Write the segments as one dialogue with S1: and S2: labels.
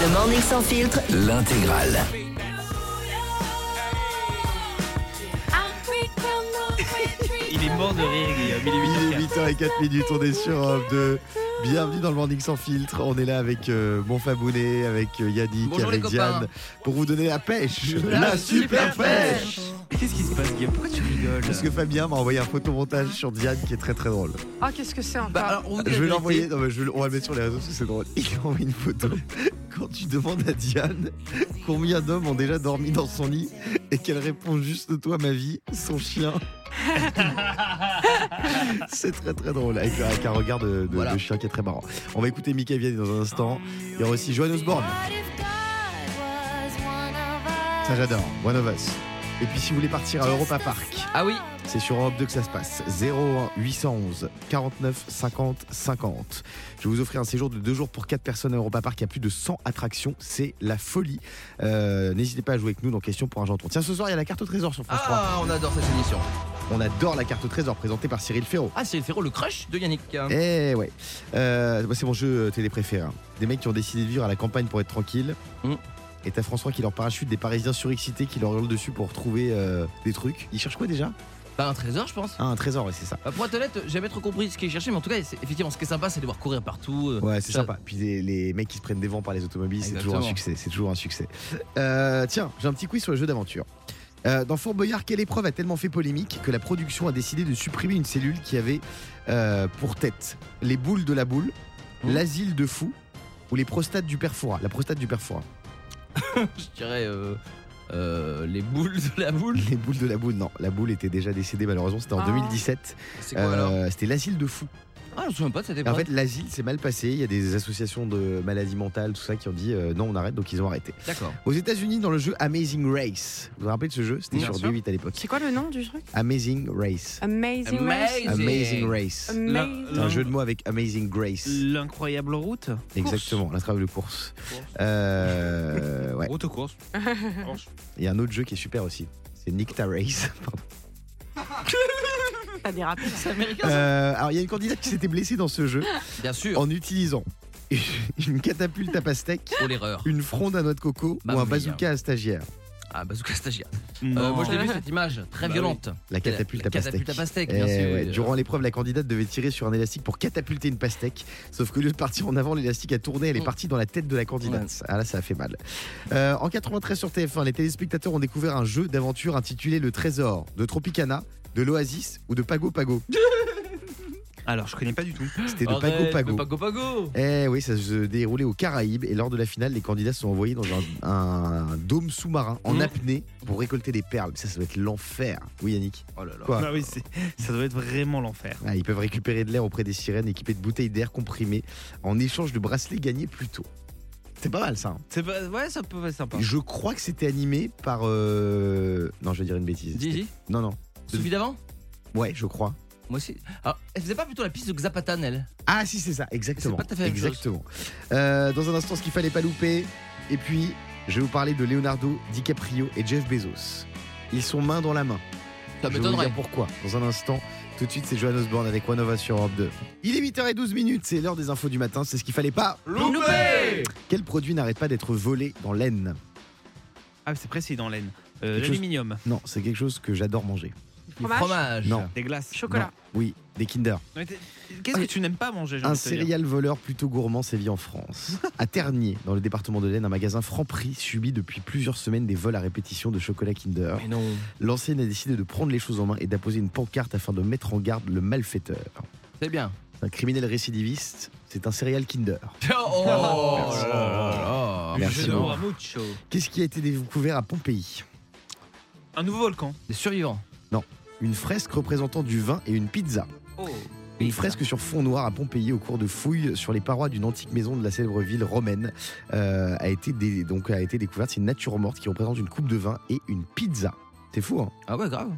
S1: Le Morning Sans Filtre,
S2: L'intégrale.
S3: Il est mort de rire, Guillaume. Il est huit heures
S4: Il est 8h04 minutes, on est sur Europe 2. Bienvenue dans le Morning Sans Filtre. On est là avec euh, mon Fabounet, avec euh, Yannick,
S5: Bonjour
S4: avec
S5: les
S4: Diane,
S5: copains.
S4: pour vous donner la pêche. La, super pêche
S3: quart. Qu'est-ce qui se passe, Guillaume Pourquoi tu rigoles
S4: Parce que Fabien m'a envoyé un photomontage sur Diane qui est très très drôle.
S6: Ah, qu'est-ce que c'est encore
S5: Bah, alors, on vous dit la
S4: Ah, Je vais
S5: vérité.
S4: l'envoyer, non, mais je vais le- on va le mettre sur les réseaux parce que c'est drôle. Il a envoyé une photo. Quand tu demandes à Diane combien d'hommes ont déjà dormi dans son lit et qu'elle répond juste toi ma vie, son chien. c'est très très drôle avec, avec un regard de, de-
S5: Voilà.
S4: de chien qui est très marrant. On va écouter Mika Vianney dans un instant. Il y aura aussi Joanne Osborne. Ça j'adore, One of Us. Et puis si vous voulez partir à Europa Park,
S5: Ah oui,
S4: c'est sur Europe 2 que ça se passe. 01 811 49 50 50. Je vais vous offrir un séjour de deux jours pour quatre personnes à Europa Park. Il y a plus de 100 attractions. C'est la folie. Euh, N'hésitez pas à jouer avec nous dans Question pour un janton. Tiens, ce soir, il y a la carte au trésor sur France 3.
S5: ah, on adore cette émission.
S4: On adore la carte au trésor présentée par Cyril Ferraud.
S5: Ah, c'est le féro, le crush de Yannick.
S4: Eh ouais. Euh, moi, c'est mon jeu euh, télé préféré. hein. Des mecs qui ont décidé de vivre à la campagne pour être tranquille.
S5: Mm.
S4: Et t'as François qui leur parachute des Parisiens surexcités qui leur hurlent dessus pour trouver euh, des trucs. Ils cherchent quoi déjà
S5: Bah, un trésor, je pense.
S4: Ah, un trésor, ouais, c'est ça.
S5: Bah, pour être honnête, j'ai jamais trop compris ce qu'il cherchait, mais en tout cas, c'est- effectivement, ce qui est sympa, c'est de voir courir partout. euh,
S4: Ouais, c'est
S5: ça-
S4: sympa. Puis les, les mecs qui se prennent des vents par les automobiles, c'est toujours un
S5: Exactement.
S4: succès. C'est toujours un succès. Euh, tiens, j'ai un petit quiz sur le jeu d'aventure. Euh, dans Fort Boyard, quelle épreuve a tellement fait polémique que la production a décidé de supprimer une cellule qui avait euh, pour tête les boules de la boule,
S5: Mmh.
S4: l'asile de fou ou les prostates du perfora La prostate du perfora.
S5: Je dirais euh, euh, les boules de la boule.
S4: Les boules de la boule, non. La boule était déjà décédée, malheureusement. C'était en
S6: Ah.
S4: 2017.
S5: C'est quoi
S4: Euh,
S5: alors
S4: C'était l'asile de fou.
S5: Ah, je me souviens pas de cette
S4: Et en
S5: épreuve.
S4: fait, l'asile s'est mal passé. Il y a des associations de maladies mentales, tout ça, qui ont dit euh, non, on arrête. Donc ils ont arrêté.
S5: D'accord.
S4: Aux États-Unis, dans le jeu Amazing Race, vous vous rappelez de ce jeu C'était
S5: Bien
S4: sur
S5: sûr.
S4: B8 à l'époque.
S6: C'est quoi le nom du truc
S4: Amazing Race.
S6: Amazing Race.
S5: Amazing.
S4: Amazing Race.
S6: Amazing.
S4: C'est un jeu de mots avec Amazing Grace.
S3: L'incroyable route.
S4: Exactement, la trame de course. Euh, ouais.
S3: Route course.
S4: Il y a un autre jeu qui est super aussi. C'est Nicta Race. Pardon.
S6: T'as des rapides.
S5: C'est américain, ça
S4: Euh, alors, il y a une candidate qui s'était blessée dans ce jeu
S5: Bien sûr.
S4: en utilisant une catapulte à pastèque,
S5: Oh, l'erreur.
S4: une fronde à noix de coco
S5: Bah
S4: ou un
S5: oui,
S4: bazooka à stagiaire.
S5: Ah, bazooka stagiaire. Euh,
S3: Non.
S5: moi, je l'ai vu cette image très
S3: Bah
S5: violente.
S4: La catapulte à
S5: La catapulte
S4: pastèque.
S5: à pastèque,
S4: Eh
S5: bien sûr.
S4: ouais, Durant l'épreuve, la candidate devait tirer sur un élastique pour catapulter une pastèque. Sauf que au lieu de partir en avant, l'élastique a tourné. Elle est
S5: Mm.
S4: partie dans la tête de la candidate. Ah là, ça a fait mal. Euh, en 93 sur TF1, les téléspectateurs ont découvert un jeu d'aventure intitulé Le Trésor de Tropicana, de l'Oasis ou de Pago Pago.
S3: Alors, je connais pas du tout.
S4: C'était de
S5: Arrête,
S4: Pago Pago.
S5: Ah, de Pago Pago.
S4: Eh oui, ça se déroulait aux Caraïbes et lors de la finale, les candidats sont envoyés dans un, un dôme sous-marin en
S5: Mm.
S4: apnée pour récolter des perles. Ça, ça doit être l'enfer. Oui, Yannick.
S5: Oh là là.
S4: Quoi
S3: Ah oui, c'est- ça doit être vraiment l'enfer.
S4: Ah, ils peuvent récupérer de l'air auprès des sirènes équipées de bouteilles d'air comprimées en échange de bracelets gagnés plus tôt. C'est pas mal ça. hein.
S3: C'est pas- Ouais, ça peut être sympa.
S4: Je crois que c'était animé par. euh, Non, je vais dire une bêtise.
S5: Gigi
S4: Non, non.
S5: Sophie d'avant
S4: Ouais, je crois.
S5: Moi aussi. Alors, elle faisait pas plutôt la piste de Xapatan, elle
S4: Ah, si, c'est ça,
S5: C'est
S4: exactement.
S5: pas tout à fait la même
S4: exactement. Euh, dans un instant, ce qu'il fallait pas louper. Et puis, je vais vous parler de Leonardo DiCaprio et Jeff Bezos. Ils sont main dans la main.
S5: Ça
S4: Je vais vous
S5: m'étonnerait.
S4: dire pourquoi. Dans un instant, tout de suite, c'est Johannes Born avec One of Us sur Europe 2. Il est 8h12 minutes, c'est l'heure des infos du matin, c'est ce qu'il fallait pas.
S5: Loupé
S4: Quel produit n'arrête pas d'être volé dans l'aine
S3: Ah, c'est précis dans l'aine. Euh,
S4: Quelque chose-
S3: L'aluminium,
S4: Non, c'est quelque chose que j'adore manger.
S5: Du
S6: Fromage
S5: fromage.
S4: Non.
S3: des glaces.
S6: Chocolat.
S4: Non. Oui, des Kinder.
S3: Non, mais t'es- Qu'est-ce que tu n'aimes pas manger j'ai
S4: Un
S3: envie de te dire
S4: serial voleur plutôt gourmand sévit en France. À Ternier, dans le département de l'Aisne, un magasin Franprix subit depuis plusieurs semaines des vols à répétition de chocolat Kinder.
S5: Mais non.
S4: L'ancienne a décidé de prendre les choses en main et d'apposer une pancarte afin de mettre en garde le malfaiteur.
S5: C'est bien.
S4: Un criminel récidiviste, c'est un serial Kinder.
S5: Oh, là
S4: Merci.
S5: là là.
S3: Le
S4: Merci
S3: jeu de
S4: beaucoup.
S3: mots à mucho.
S4: Qu'est-ce qui a été découvert à Pompéi
S3: Un nouveau volcan.
S5: Des survivants.
S4: Une fresque représentant du vin et une pizza.
S3: Ah
S4: Une fresque sur fond noir à Pompéi au cours de fouilles sur les parois d'une antique maison de la célèbre ville romaine euh, a été dé- donc a été découverte. C'est une nature morte qui représente une coupe de vin et une pizza. C'est fou, hein
S5: Ah ouais, grave.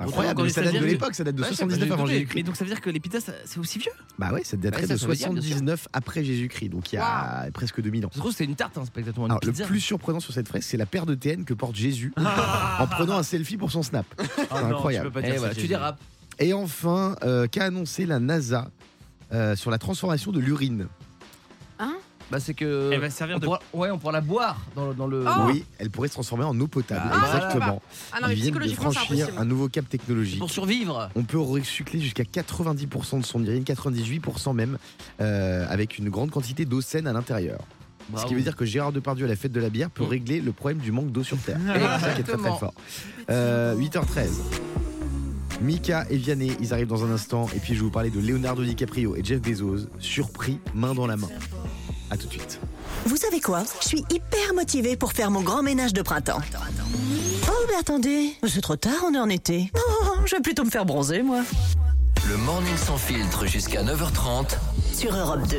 S4: Incroyable,
S5: Encore
S4: mais
S5: les
S4: ça date de
S5: Saturnes.
S4: l'époque, ça date de
S5: Ouais,
S4: 79 avant
S3: Mais
S4: Jésus-Christ.
S3: donc ça veut dire que les pizzas, ça- c'est aussi vieux
S4: Bah ouais, ça daterait
S5: Ouais, ça,
S4: de
S5: ça veut dire, bien sûr.
S4: 79 après Jésus-Christ, donc il y a presque 2000 ans.
S5: Je trouve que c'est une tarte, un spectateur. Une
S4: Alors, Ah, le
S5: pizza.
S4: plus surprenant sur cette fresque, c'est la paire de TN que porte Jésus
S5: Ah.
S4: en prenant un selfie pour son snap.
S3: Ah
S4: C'est
S3: non,
S4: incroyable.
S3: tu peux pas
S5: Eh
S3: dire ça,
S5: voilà, tu
S3: Jésus.
S5: dérapes.
S4: Et enfin, euh, qu'a annoncé la NASA euh, sur la transformation de l'urine
S6: Hein
S5: Bah, c'est que.
S4: Eh
S3: Elle va servir
S5: on
S3: de.
S5: pourra- ouais, on pourra la boire dans le. Dans le...
S6: Oh
S4: Oui, elle pourrait se transformer en eau potable.
S5: Ah,
S4: exactement.
S6: Ah non, mais
S4: Ils viennent de
S6: psychologiquement, c'est
S4: franchir
S6: impossible.
S4: un nouveau cap technologique.
S5: Pour survivre.
S4: On peut recycler jusqu'à 90% de son urine, 98% même, euh, avec une grande quantité d'eau saine à l'intérieur. Ce qui veut dire que Gérard Depardieu à la fête de la bière peut
S5: Mm.
S4: régler le problème du manque d'eau sur Terre. Et
S5: Exactement.
S4: c'est ça qui est très très fort. Euh, 8h13. Mika et Vianney, ils arrivent dans un instant. Et puis je vais vous parler de Leonardo DiCaprio et Jeff Bezos, surpris, main dans la main. A tout de suite.
S1: Vous savez quoi Je suis hyper motivée pour faire mon grand ménage de printemps. Oh, mais attendez, c'est trop tard, on est en été. Oh, je vais plutôt me faire bronzer, moi.
S2: Le morning sans filtre jusqu'à 9h30.
S1: Sur Europe 2.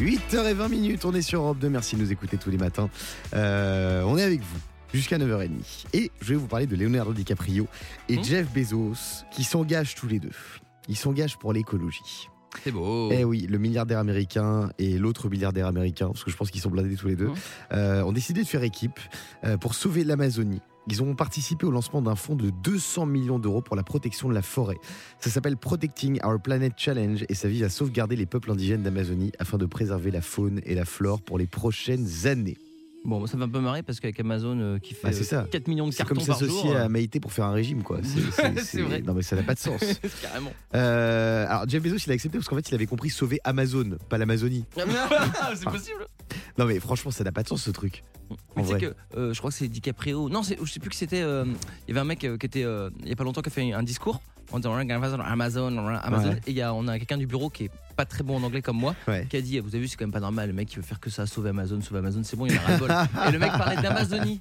S4: 8h20 minutes, on est sur Europe 2. Merci de nous écouter tous les matins. Euh, on est avec vous jusqu'à 9h30. Et je vais vous parler de Leonardo DiCaprio et
S5: Hmm.
S4: Jeff Bezos qui s'engagent tous les deux. Ils s'engagent pour l'écologie.
S5: C'est beau.
S4: Eh oui, le milliardaire américain et l'autre milliardaire américain, parce que je pense qu'ils sont blindés tous les deux,
S5: Mhm.
S4: euh, ont décidé de faire équipe euh, pour sauver l'Amazonie. Ils ont participé au lancement d'un fonds de 200 millions d'euros pour la protection de la forêt. Ça s'appelle Protecting Our Planet Challenge et ça vise à sauvegarder les peuples indigènes d'Amazonie afin de préserver la faune et la flore pour les prochaines années.
S5: Bon, moi, ça m'a un peu marrer parce qu'avec Amazon euh, qui fait
S4: Bah, c'est ça.
S5: euh, 4 millions de
S4: C'est
S5: cartons
S4: comme
S5: par jour. euh,
S4: s'associer à Maïté pour faire un régime, quoi. C'est- c'est-
S5: C'est
S4: c'est-
S5: vrai.
S4: Non, mais ça n'a pas de sens.
S5: Carrément.
S4: Euh, alors, Jeff Bezos, il a accepté parce qu'en fait, il avait compris sauver Amazon, pas l'Amazonie.
S5: c'est possible.
S4: Non, mais franchement, ça n'a pas de sens ce truc. En
S5: Ah, Mais tu sais
S4: vrai.
S5: que euh, je crois que c'est DiCaprio. Non, c'est- je sais plus que c'était. euh, Il y avait un mec euh, qui était euh, il y a pas longtemps qui a fait un discours en disant Amazon, Amazon, Amazon.
S4: Ouais.
S5: Et il y a, on a quelqu'un du bureau qui est pas très bon en anglais comme moi
S4: Ouais.
S5: qui a dit eh, Vous avez vu, c'est quand même pas normal. Le mec qui veut faire que ça, sauver Amazon, sauver Amazon, c'est bon, il en a ras bol. Et le mec parlait d'Amazonie.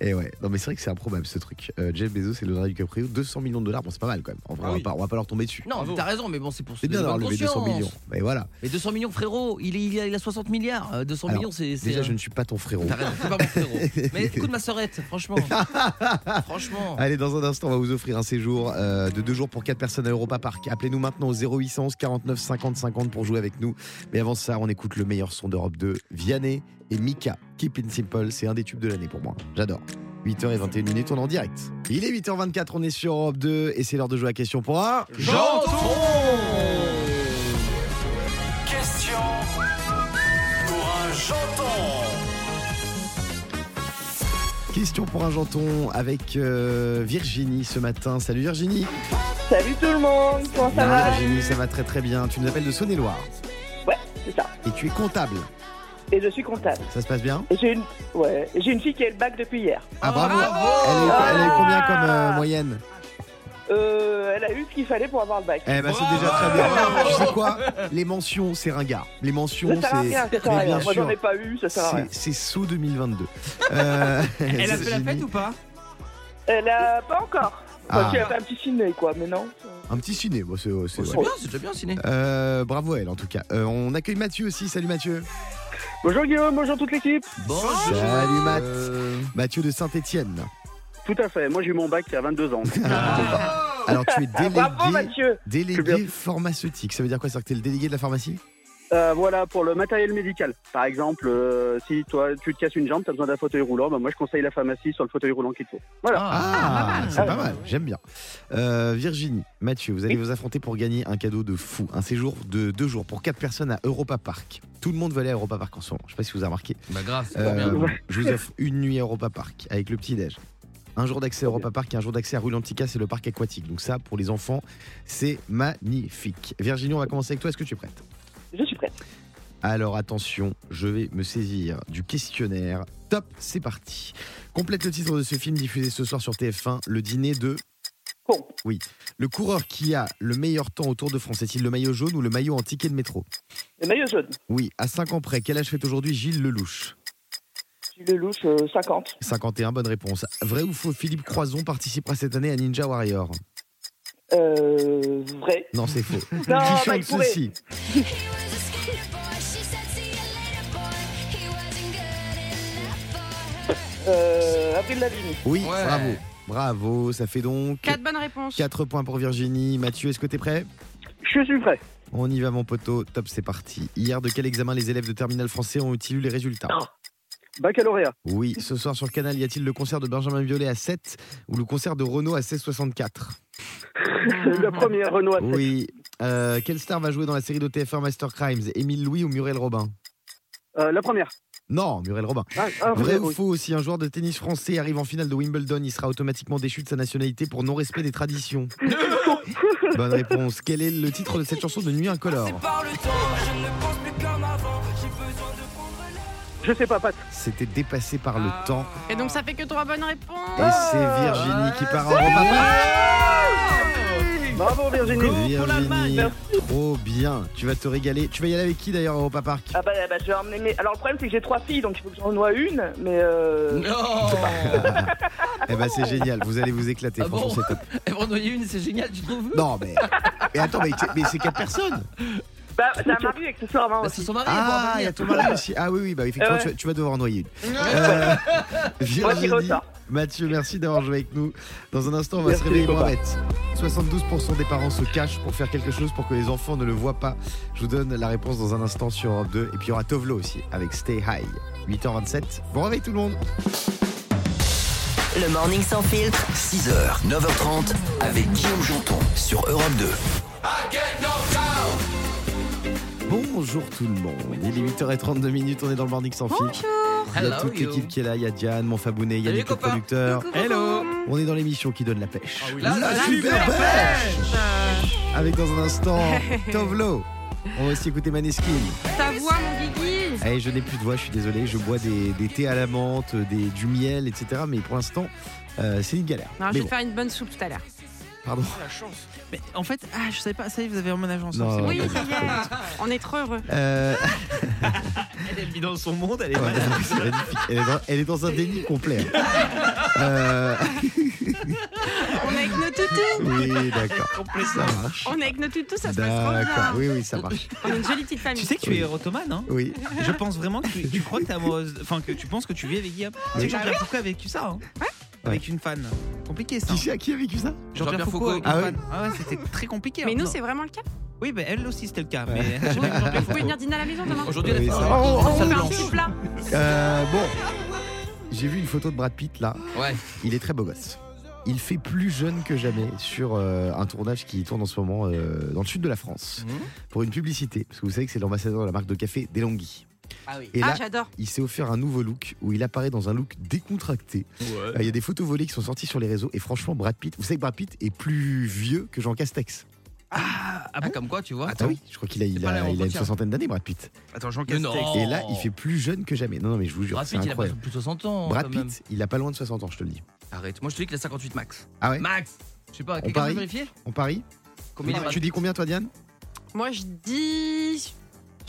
S4: Et ouais, non mais c'est vrai que c'est improbable ce truc. Euh, Jeff Bezos et Leonardo DiCaprio, 200 millions de dollars, bon c'est pas mal quand même. En vrai,
S5: Ah
S4: on, va
S5: oui.
S4: pas, on va pas leur tomber dessus.
S5: Non,
S3: Bravo.
S5: t'as raison, mais bon, c'est pour se
S4: C'est bien
S5: donner
S4: d'avoir
S5: bonne
S4: levé 200
S5: conscience.
S4: millions. Et voilà.
S5: Mais 200 millions, frérot, il, est- il a, il a 60 milliards. Euh, 200
S4: Alors,
S5: millions, c'est. c'est
S4: Déjà,
S5: un-
S4: je ne suis pas ton frérot.
S5: T'as raison, c'est pas mon frérot. Mais écoute ma sœurette, franchement. franchement.
S4: Allez, dans un instant, on va vous offrir un séjour euh, de deux jours pour quatre personnes à Europa Park. Appelez-nous maintenant au 0811 49 50 50 pour jouer avec nous. Mais avant ça, on écoute le meilleur son d'Europe 2, Vianney et Mika. Keep it simple, c'est un des tubes de l'année pour moi. J'adore. 8h21 minutes, on est en direct. Il est 8h24, on est sur Europe 2 et c'est l'heure de jouer à question pour un.
S2: Question pour un janton.
S4: Question pour un janton avec euh, Virginie ce matin. Salut Virginie.
S7: Salut tout le monde, comment ça va
S4: Virginie, ça va très très bien. Tu nous appelles de Saône-et-Loire
S7: C'est ça.
S4: et tu es comptable.
S7: Et je suis comptable.
S4: Ça se passe bien
S7: Et J'ai une, ouais, et j'ai une fille qui a le bac depuis hier.
S4: Ah bravo,
S5: bravo
S4: elle, est- elle a eu combien comme euh,
S7: Ah
S4: moyenne
S7: Euh, elle a eu ce qu'il fallait pour avoir le bac.
S4: Eh ben c'est
S5: Bravo
S4: déjà très bien. Tu sais quoi Les mentions, c'est ringard. Les mentions,
S7: ça sert à rien,
S4: c'est
S7: ça sert à
S4: mais bien
S7: rien. Moi j'en ai
S4: sûr.
S7: pas eu, ça sert à rien.
S4: C'est- C'est sous 2022. Euh,
S3: Elle a fait la
S4: Virginie.
S3: fête ou pas
S7: Elle a pas encore.
S4: Ah.
S7: Parce qu'elle a fait un petit ciné quoi, mais non.
S4: Un petit ciné, bon, c'est c'est-
S5: Oh, C'est
S4: ouais.
S5: bien, c'est déjà bien, ciné.
S4: Euh, bravo à elle en tout cas. Euh, on accueille Mathieu aussi. Salut Mathieu.
S7: Bonjour Guillaume, bonjour toute l'équipe.
S5: Bonjour.
S4: Salut, Matt.
S5: Euh,
S4: Mathieu de Saint-Étienne.
S8: Tout à fait. Moi, j'ai eu mon bac il y a 22 ans.
S4: Alors tu es
S7: Bravo
S4: délégué,
S7: Mathieu. Très
S4: délégué
S7: bien.
S4: pharmaceutique. Ça veut dire quoi Ça veut dire que t'es le délégué de la pharmacie
S8: Euh, voilà, pour le matériel médical. Par exemple, euh, si toi, tu te casses une jambe, tu as besoin d'un fauteuil roulant, bah, moi, je conseille la pharmacie sur le fauteuil roulant qu'il te faut. Voilà.
S4: Ah, c'est
S7: Ah,
S4: pas
S7: ouais.
S4: mal, j'aime bien. Euh, Virginie, Mathieu, vous allez vous affronter pour gagner un cadeau de fou, un séjour de deux jours pour quatre personnes à Europa Park. Tout le monde veut aller à Europa Park en ce moment, je sais pas si vous avez remarqué.
S5: Bah, grave, c'est
S4: Euh,
S5: pas bien.
S8: Ouais.
S4: je vous offre une nuit à Europa Park avec le petit-déj. Un jour d'accès à Europa Park et un jour d'accès à Rulantica, c'est le parc aquatique. Donc ça, pour les enfants, c'est magnifique. Virginie, on va commencer avec toi. Est-ce que tu es prête
S7: Je suis prête.
S4: alors attention, je vais me saisir du questionnaire. Top, c'est parti. Complète le titre de ce film diffusé ce soir sur TF1, Le dîner de...
S7: Bon.
S4: Oui. Le coureur qui a le meilleur temps au Tour de France, est-il le maillot jaune ou le maillot en ticket de métro
S7: Le maillot jaune.
S4: Oui, à 5 ans près, quel âge fait aujourd'hui Gilles Lelouch
S7: Tu le louche euh, 50.
S4: 51, bonne réponse. Vrai ou faux, Philippe Croison participera cette année à Ninja Warrior
S7: Euh, vrai.
S4: Non, c'est faux.
S7: Non,
S4: qui
S7: bah,
S4: chante
S7: il pourrait.
S4: ceci
S7: Euh, Avril Lavigne.
S4: Oui,
S5: Ouais.
S4: bravo. Bravo, ça fait donc
S6: 4 bonnes réponses.
S4: 4 points pour Virginie. Mathieu, est-ce que t'es prêt
S8: Je suis prêt.
S4: On y va mon poteau, top c'est parti. Hier de quel examen les élèves de terminal français ont-ils eu les résultats
S8: Baccalauréat.
S4: Oui, ce soir sur Canal y a-t-il le concert de Benjamin Violet à 7 ou le concert de Renault à 1664
S8: La première Renault à sept.
S4: Oui, Euh, quelle star va jouer dans la série de TF1 Master Crimes Émile Louis ou Muriel Robin
S8: Euh, la première.
S4: Non, Muriel Robin.
S8: Ah, ah,
S4: Vrai ou
S8: oui.
S4: faux, si un joueur de tennis français arrive en finale de Wimbledon, il sera automatiquement déchu de sa nationalité pour non-respect des traditions Bonne réponse. Quel est le titre de cette chanson de Nuit Incolore
S8: Je sais pas, Pat.
S4: C'était dépassé par le temps.
S6: Et donc ça fait que trois bonnes réponses.
S4: Et c'est Virginie qui part en repas.
S8: Bravo Virginie.
S4: Virginie, trop bien. Tu vas te régaler. Tu vas y aller avec qui d'ailleurs au Europa Park
S7: Ah bah, ah bah, je vais emmener mes... Alors le problème c'est que j'ai trois filles donc il faut que j'en noie une mais euh...
S5: Non
S4: Eh ben c'est génial. Vous allez vous éclater.
S5: Ah bon
S4: Franchement, c'est top.
S5: Et pour noyer une, c'est génial, tu trouves
S4: Non mais. Mais attends, mais, c'est- mais c'est quatre personnes.
S7: Bah t'as un mari accessoirement
S5: Bah, C'est
S7: aussi.
S5: son mari, elle doit
S4: Ah, il y
S5: revenir.
S4: a Thomas Ramos aussi. Ah oui, oui, bah effectivement,
S7: Ouais.
S4: tu, vas- tu vas devoir en noyer une. Euh,
S7: Moi, j'irai au
S4: Virginie,
S7: sort.
S4: Mathieu, merci d'avoir joué avec nous. Dans un instant, on va
S8: Merci,
S4: se réveiller
S8: les copains.
S4: Mohamed. 72% des parents se cachent pour faire quelque chose pour que les enfants ne le voient pas. Je vous donne la réponse dans un instant sur Europe 2. Et puis il y aura Tovlo aussi avec Stay High. 8h27. Bon réveil tout le monde.
S1: Le morning sans filtre.
S2: 6h, 9h30 avec Guillaume Janton sur Europe 2.
S4: Bonjour tout le monde. Il est 8h32 minutes. On est dans le Morning sans filtre. Il y a
S5: Hello,
S4: toute
S5: you.
S4: l'équipe qui est là. Il y a Diane, mon Fabounet, il y a
S5: Salut,
S4: Nico le
S5: copains.
S4: producteur.
S5: Hello
S4: On est dans l'émission qui donne la pêche.
S5: La super
S4: Avec dans un instant Tovlo. On va aussi écouter Maneskin.
S6: Ta voix, mon Guigui.
S4: Eh, je n'ai plus de voix, je suis désolé. Je bois des, des thés à la menthe, des, du miel, etc. Mais pour l'instant, euh, c'est une galère.
S6: Non, je
S4: Mais
S6: vais
S4: bon,
S6: te faire une bonne soupe tout à l'heure.
S4: pardon.
S3: Mais en fait, ah, je savais pas, ça y est, vous avez emménagé ensemble.
S4: Non,
S3: c'est bon.
S6: Oui, ça y est. On est trop heureux.
S4: Euh,
S3: Elle est dans son monde, elle est
S4: Ah ouais,
S3: malade.
S4: c'est magnifique. Elle est, dans, elle est dans un déni complet. Euh,
S6: On est avec nos toutous.
S4: oui, d'accord. Ça marche.
S6: On est avec nos toutous, ça se passe trop bien.
S4: D'accord. Oui, oui, ça marche.
S6: On est une jolie petite famille.
S3: Tu sais que tu es rotomane, hein
S4: Oui.
S3: Je pense vraiment que tu, tu crois que t'es amoureuse. Enfin, que tu penses que tu vis avec Guillaume. Tu sais que Jean-Pierre Foucault a vécu ça, hein Avec une fan. Compliqué ça.
S4: Qui, c'est- qui a vécu ça
S5: Jean-Pierre Foucault.
S3: avec
S4: Ah
S3: une
S4: oui.
S3: fan. Ah ouais, c'était très compliqué.
S6: Mais
S3: hein.
S6: nous,
S3: Non.
S6: c'est vraiment le cas.
S3: Oui, bah, elle aussi, c'était le cas. Mais je sais pas que Jean-Pierre
S6: Vous pouvez
S3: Foucault.
S6: venir dîner à la maison demain.
S5: Aujourd'hui, elle
S4: Oui,
S5: est
S4: ça
S5: pas-
S4: va. Oh.
S5: elle
S6: On
S5: est dans
S6: fait
S5: salle
S6: un
S5: blanche.
S6: petit plat.
S4: Euh, Bon. J'ai vu une photo de Brad Pitt là.
S5: Ouais.
S4: Il est très beau gosse. Il fait plus jeune que jamais sur euh, un tournage qui tourne en ce moment euh, dans le sud de la France
S5: Mhm.
S4: pour une publicité. Parce que vous savez que c'est l'ambassadeur de la marque de café Delonghi.
S5: Ah oui.
S4: Et
S6: Ah,
S4: là,
S6: j'adore.
S4: il s'est offert un nouveau look où il apparaît dans un look décontracté. Euh, Il y a des photos volées qui sont sorties sur les réseaux. Et franchement, Brad Pitt, vous savez que Brad Pitt est plus vieux que Jean Castex.
S5: Ah, bah, comme quoi, tu vois.
S4: Attends, oui, je crois qu'il a, il
S3: pas
S4: a-
S3: l'air
S4: il a une
S3: entretien.
S4: soixantaine d'années, Brad Pitt.
S3: Attends, Jean
S5: Mais non.
S3: Castex.
S5: Oh.
S4: Et là, il fait plus jeune que jamais. Non, non, mais je vous jure,
S5: Brad
S4: c'est
S5: Pitt, il a pas
S4: incroyable.
S5: plus de 60 ans.
S4: Brad
S5: quand même.
S4: Pitt, il a pas loin de 60 ans, je te le dis.
S5: Arrête. Moi, je te dis qu'il a 58 max.
S4: Ah ouais
S5: Max Je sais pas, quelqu'un
S4: parie
S5: peut vérifier
S4: On parie
S5: Combien il a
S4: Tu dis combien, toi, Diane
S6: Moi, je dis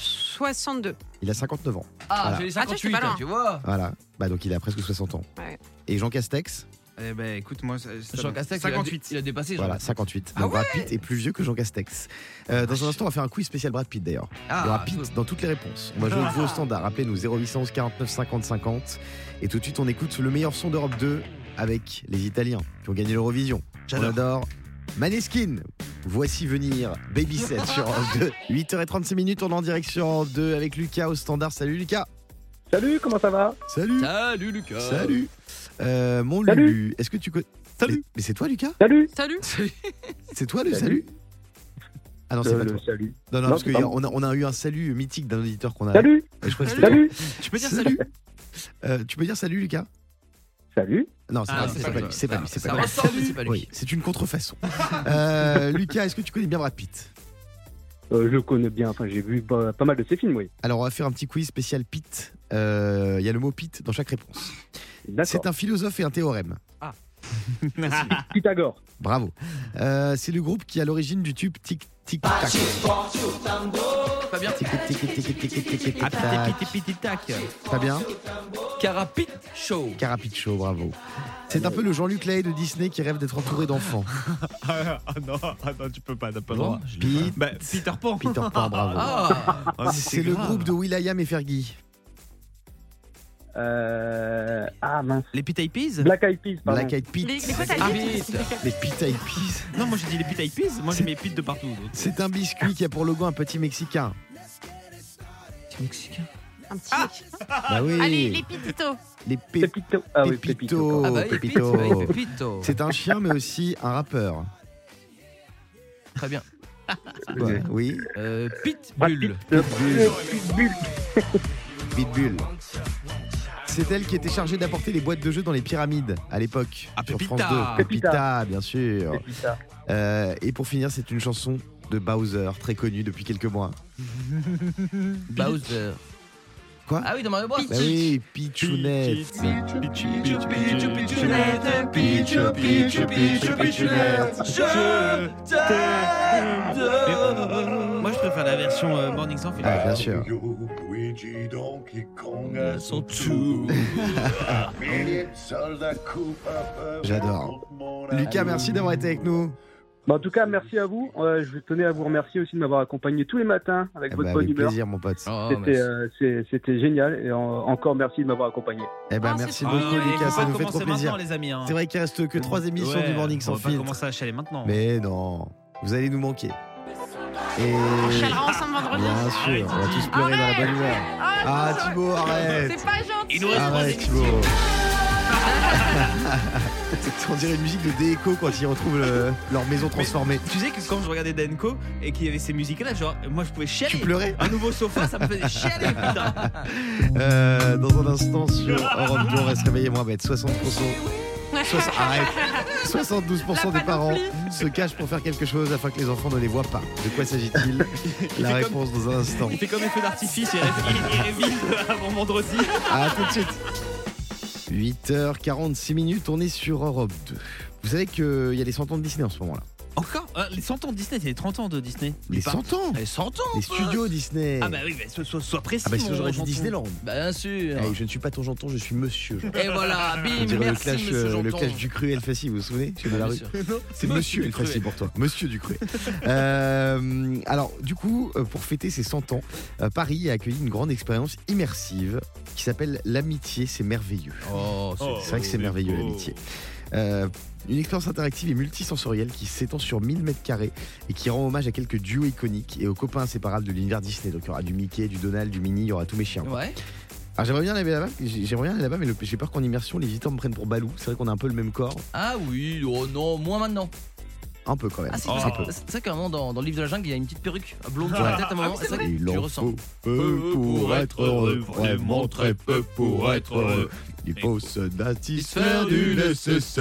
S6: 62.
S4: Il a 59 ans.
S5: Ah,
S4: Voilà.
S5: j'ai les
S6: Ah, tiens, je suis
S5: 58,
S6: pas loin.
S5: hein, tu vois.
S4: Voilà. Bah donc il a presque 60 ans.
S6: Ouais.
S4: Et Jean Castex,
S3: Eh ben, écoute, moi, ça- ça-
S5: Jean Castex, il a dé-
S3: 58.
S5: Il a dépassé. Jean
S4: voilà,
S5: Castex.
S4: 58. Donc Brad Pitt est plus vieux que Jean Castex. Euh, dans un instant, on va faire un quiz spécial Brad Pitt d'ailleurs.
S5: Ah,
S4: Brad Pitt dans toutes les réponses. On va jouer au vieux standard. Rappelez-nous 0811 49 50 50. Et tout de suite, on écoute le meilleur son d'Europe 2 avec les Italiens qui ont gagné l'Eurovision.
S3: J'adore.
S4: J'adore. Maneskin, voici venir Baby 7 sur Europe 2. 8h36 minutes, on est en direction 2 avec Lucas au standard. Salut Lucas.
S8: Salut, comment ça va
S4: Salut.
S5: Salut Lucas.
S4: Salut. Euh, mon
S8: Salut.
S4: Lulu, est-ce que tu connais.
S3: Salut.
S4: Mais, mais c'est toi, Lucas
S8: Salut.
S6: Salut.
S4: C'est toi le salut,
S8: Salut.
S4: Ah non, c'est
S8: Euh,
S4: pas
S8: le
S4: toi.
S8: salut.
S4: Non, non,
S8: non,
S4: parce
S8: c'est
S4: qu'on
S8: pas
S4: a, on a- on a eu un salut mythique d'un auditeur qu'on a.
S8: Salut.
S4: Je crois que c'était
S8: Salut.
S4: toi. Tu peux dire salut Euh, Tu peux dire salut, Lucas
S8: Salut.
S4: Non, c'est
S5: Ah,
S4: pas,
S5: non,
S4: c'est pas
S5: toi.
S4: lui. C'est pas
S5: Ça-
S4: lui. C'est
S5: ça
S4: pas lui.
S5: ressemble, mais Ah, c'est pas lui.
S4: Oui, c'est une contrefaçon. Euh, Lucas, est-ce que tu connais bien Brad Pitt
S8: Euh, je le connais bien. Enfin, j'ai vu pas, pas mal de ses films, oui.
S4: Alors, on va faire un petit quiz spécial Pitt. Euh, Il y a le mot Pitt dans chaque réponse.
S8: D'accord.
S4: C'est un philosophe et un théorème.
S8: Pythagore.
S4: Bravo. Euh, c'est le groupe qui est à l'origine du tube Tic Tic Tac.
S5: Fabien
S4: Tic Tic Tic Tic Tic Tic Tic Tic
S3: Ah,
S4: Tac.
S3: piti, piti, piti, tac.
S4: Fabien
S5: Carapit Show.
S4: Carapicho, bravo. C'est un peu le Jean-Luc Lahaye de Disney qui rêve d'être entouré d'enfants.
S3: Ah non, ah non, tu peux pas, t'as pas
S5: Non, je l'ai
S4: Pete,
S3: Bah, Peter Pan.
S4: Peter Pan, bravo.
S5: Ah
S4: C'est le groupe de Will.i.am et Fergie.
S8: Euh... Ah mince.
S3: Les Pit Eyed Peas
S8: Black Eyed Peas, pardon.
S4: Black Eyed Peas.
S6: Les, les quoi, t'as
S5: Ah,
S6: dit
S5: vite.
S4: Les Pit Eyed Peas.
S3: Non, moi j'ai dit les Pit Eyed Peas, moi j'ai mes Pete de partout. donc.
S4: C'est un biscuit qui a pour logo un petit Mexicain.
S5: Mexicain.
S6: Un petit.
S4: Bah
S6: Ah, Allez, les
S4: oui.
S6: pititos.
S4: Les pé-
S8: Pépito. Ah oui, Pépito.
S4: Pépito.
S5: Ah bah, il est Pete,
S4: Oh, Pépito.
S5: bah, il est Pépito.
S4: C'est un chien mais aussi un rappeur.
S5: Très bien.
S4: Ouais, oui.
S5: Euh,
S4: Bah,
S5: Pitbull.
S4: Pitbull. Pitbull. C'est elle qui était chargée d'apporter les boîtes de jeux dans les pyramides à l'époque.
S3: Ah,
S4: sur
S3: Pépita.
S4: France 2. Pépita, bien sûr.
S8: Pépita.
S4: Euh, et pour finir, c'est une chanson de Bowser, très connue depuis quelques mois.
S5: Bowser.
S4: Quoi
S5: Ah oui, dans Mario Bros.
S4: Bah oui, Pichounette.
S3: euh. Moi, je préfère la version euh, Morning Sans Filtre.
S4: Ah, bien sûr.
S9: Luigi, Donkey Kong,
S5: Son tout.
S9: Minute, Soldat Cooper,
S4: J'adore. Lucas, merci d'avoir été avec nous.
S8: Bah, en tout cas, merci à vous. Euh, je tenais à vous remercier aussi de m'avoir accompagné tous les matins avec
S4: Eh
S8: votre
S4: ben,
S8: bonne
S4: avec
S8: humeur.
S4: plaisir, mon pote.
S5: Oh,
S8: C'était
S5: merci.
S8: euh, c'est- c'était génial et en- encore merci de m'avoir accompagné.
S4: Eh ben,
S6: Ah, c'est
S4: merci
S6: pas-
S3: Ah, non,
S4: beaucoup,
S3: mais
S4: Lucas.
S3: faut
S4: Ça
S3: pas
S4: nous fait
S3: commencer
S4: trop plaisir.
S3: maintenant, les amis. hein.
S4: C'est vrai qu'il reste que trois émissions
S3: Ouais,
S4: du Morning
S3: on
S4: sans
S3: va pas
S4: filtre.
S3: commencer à chialer maintenant.
S4: Mais non, vous allez nous manquer. Et
S6: On chialera ensemble vendredi.
S4: bien
S3: Ah
S4: sûr, on va tous pleurer dans la bonne humeur. Ah,
S6: c'est-
S4: Thibaut, arrête
S6: C'est pas gentil.
S4: Arrête, Thibaut On dirait une musique de déco quand ils retrouvent le- leur maison transformée.
S3: Tu sais que quand je regardais Denko et qu'il y avait ces musiques-là, genre, moi, je pouvais
S4: Tu
S3: chialer.
S4: pleurais
S3: Un nouveau sofa, ça me faisait chialer, putain.
S4: Euh, Dans un instant sur Europe 2, on va se réveiller moins bête. 60%. soix- arrête. 72% des
S6: La
S4: parents
S6: panoplie.
S4: se cachent pour faire quelque chose afin que les enfants ne les voient pas. De quoi s'agit-il La
S3: fait comme-
S4: réponse dans un instant.
S3: Il fait comme les feux d'artifice, il ré- il révise avant vendredi.
S4: À tout de suite. 8h46 minutes, on est sur Europe 2. Vous savez qu'il y a les 100 ans de Disney en ce moment-là.
S3: Encore Ah, Les 100 ans de Disney, c'est les 30 ans de Disney.
S4: Les 100 ans
S3: Les 100 ans
S4: Les
S3: pote.
S4: studios Disney
S3: Ah bah oui, mais sois, sois- sois précis.
S4: Ah bah,
S3: mon
S4: sinon j'aurais dit
S3: gentil.
S4: Disneyland.
S5: Bah, bien sûr.
S4: Eh, je ne suis pas ton janton, je suis monsieur. Jean.
S5: Et voilà,
S4: On
S5: bim,
S4: dirait le
S5: merci
S4: clash,
S5: monsieur
S4: euh, le
S5: Janton.
S4: clash du cru et Elfassi, vous vous souvenez Monsieur de la
S5: Bien
S4: rue.
S5: sûr.
S4: C'est Monsieur Elfassi pour toi, Monsieur Ducré. euh, alors, du coup, euh, pour fêter ses 100 ans, euh, Paris a accueilli une grande expérience immersive qui s'appelle L'amitié, c'est merveilleux.
S5: Oh, c'est-
S4: C'est vrai que c'est merveilleux l'amitié. Euh, une expérience interactive et multisensorielle qui s'étend sur 1000 mètres carrés et qui rend hommage à quelques duos iconiques et aux copains inséparables de l'univers Disney. Donc il y aura du Mickey, du Donald, du Minnie, il y aura tous mes chiens. quoi.
S5: Ouais.
S4: Alors j'aimerais bien aller là-bas, j'ai- j'aimerais bien aller là-bas, mais le- j'ai peur qu'en immersion les visiteurs me prennent pour Balou. C'est vrai qu'on a un peu le même corps,
S5: Ah oui, oh non, moins maintenant.
S4: un peu quand même.
S5: Ah, c'est
S3: Oh.
S5: c'est- c'est- c'est vrai qu'à un moment, dans, dans le livre de la jungle, il y a une petite perruque blonde sur la tête à un moment. c'est vrai que
S4: Il
S5: tu
S4: en
S5: ressens.
S4: faut peu pour être heureux, vraiment très peu pour être heureux. Il faut se satisfaire du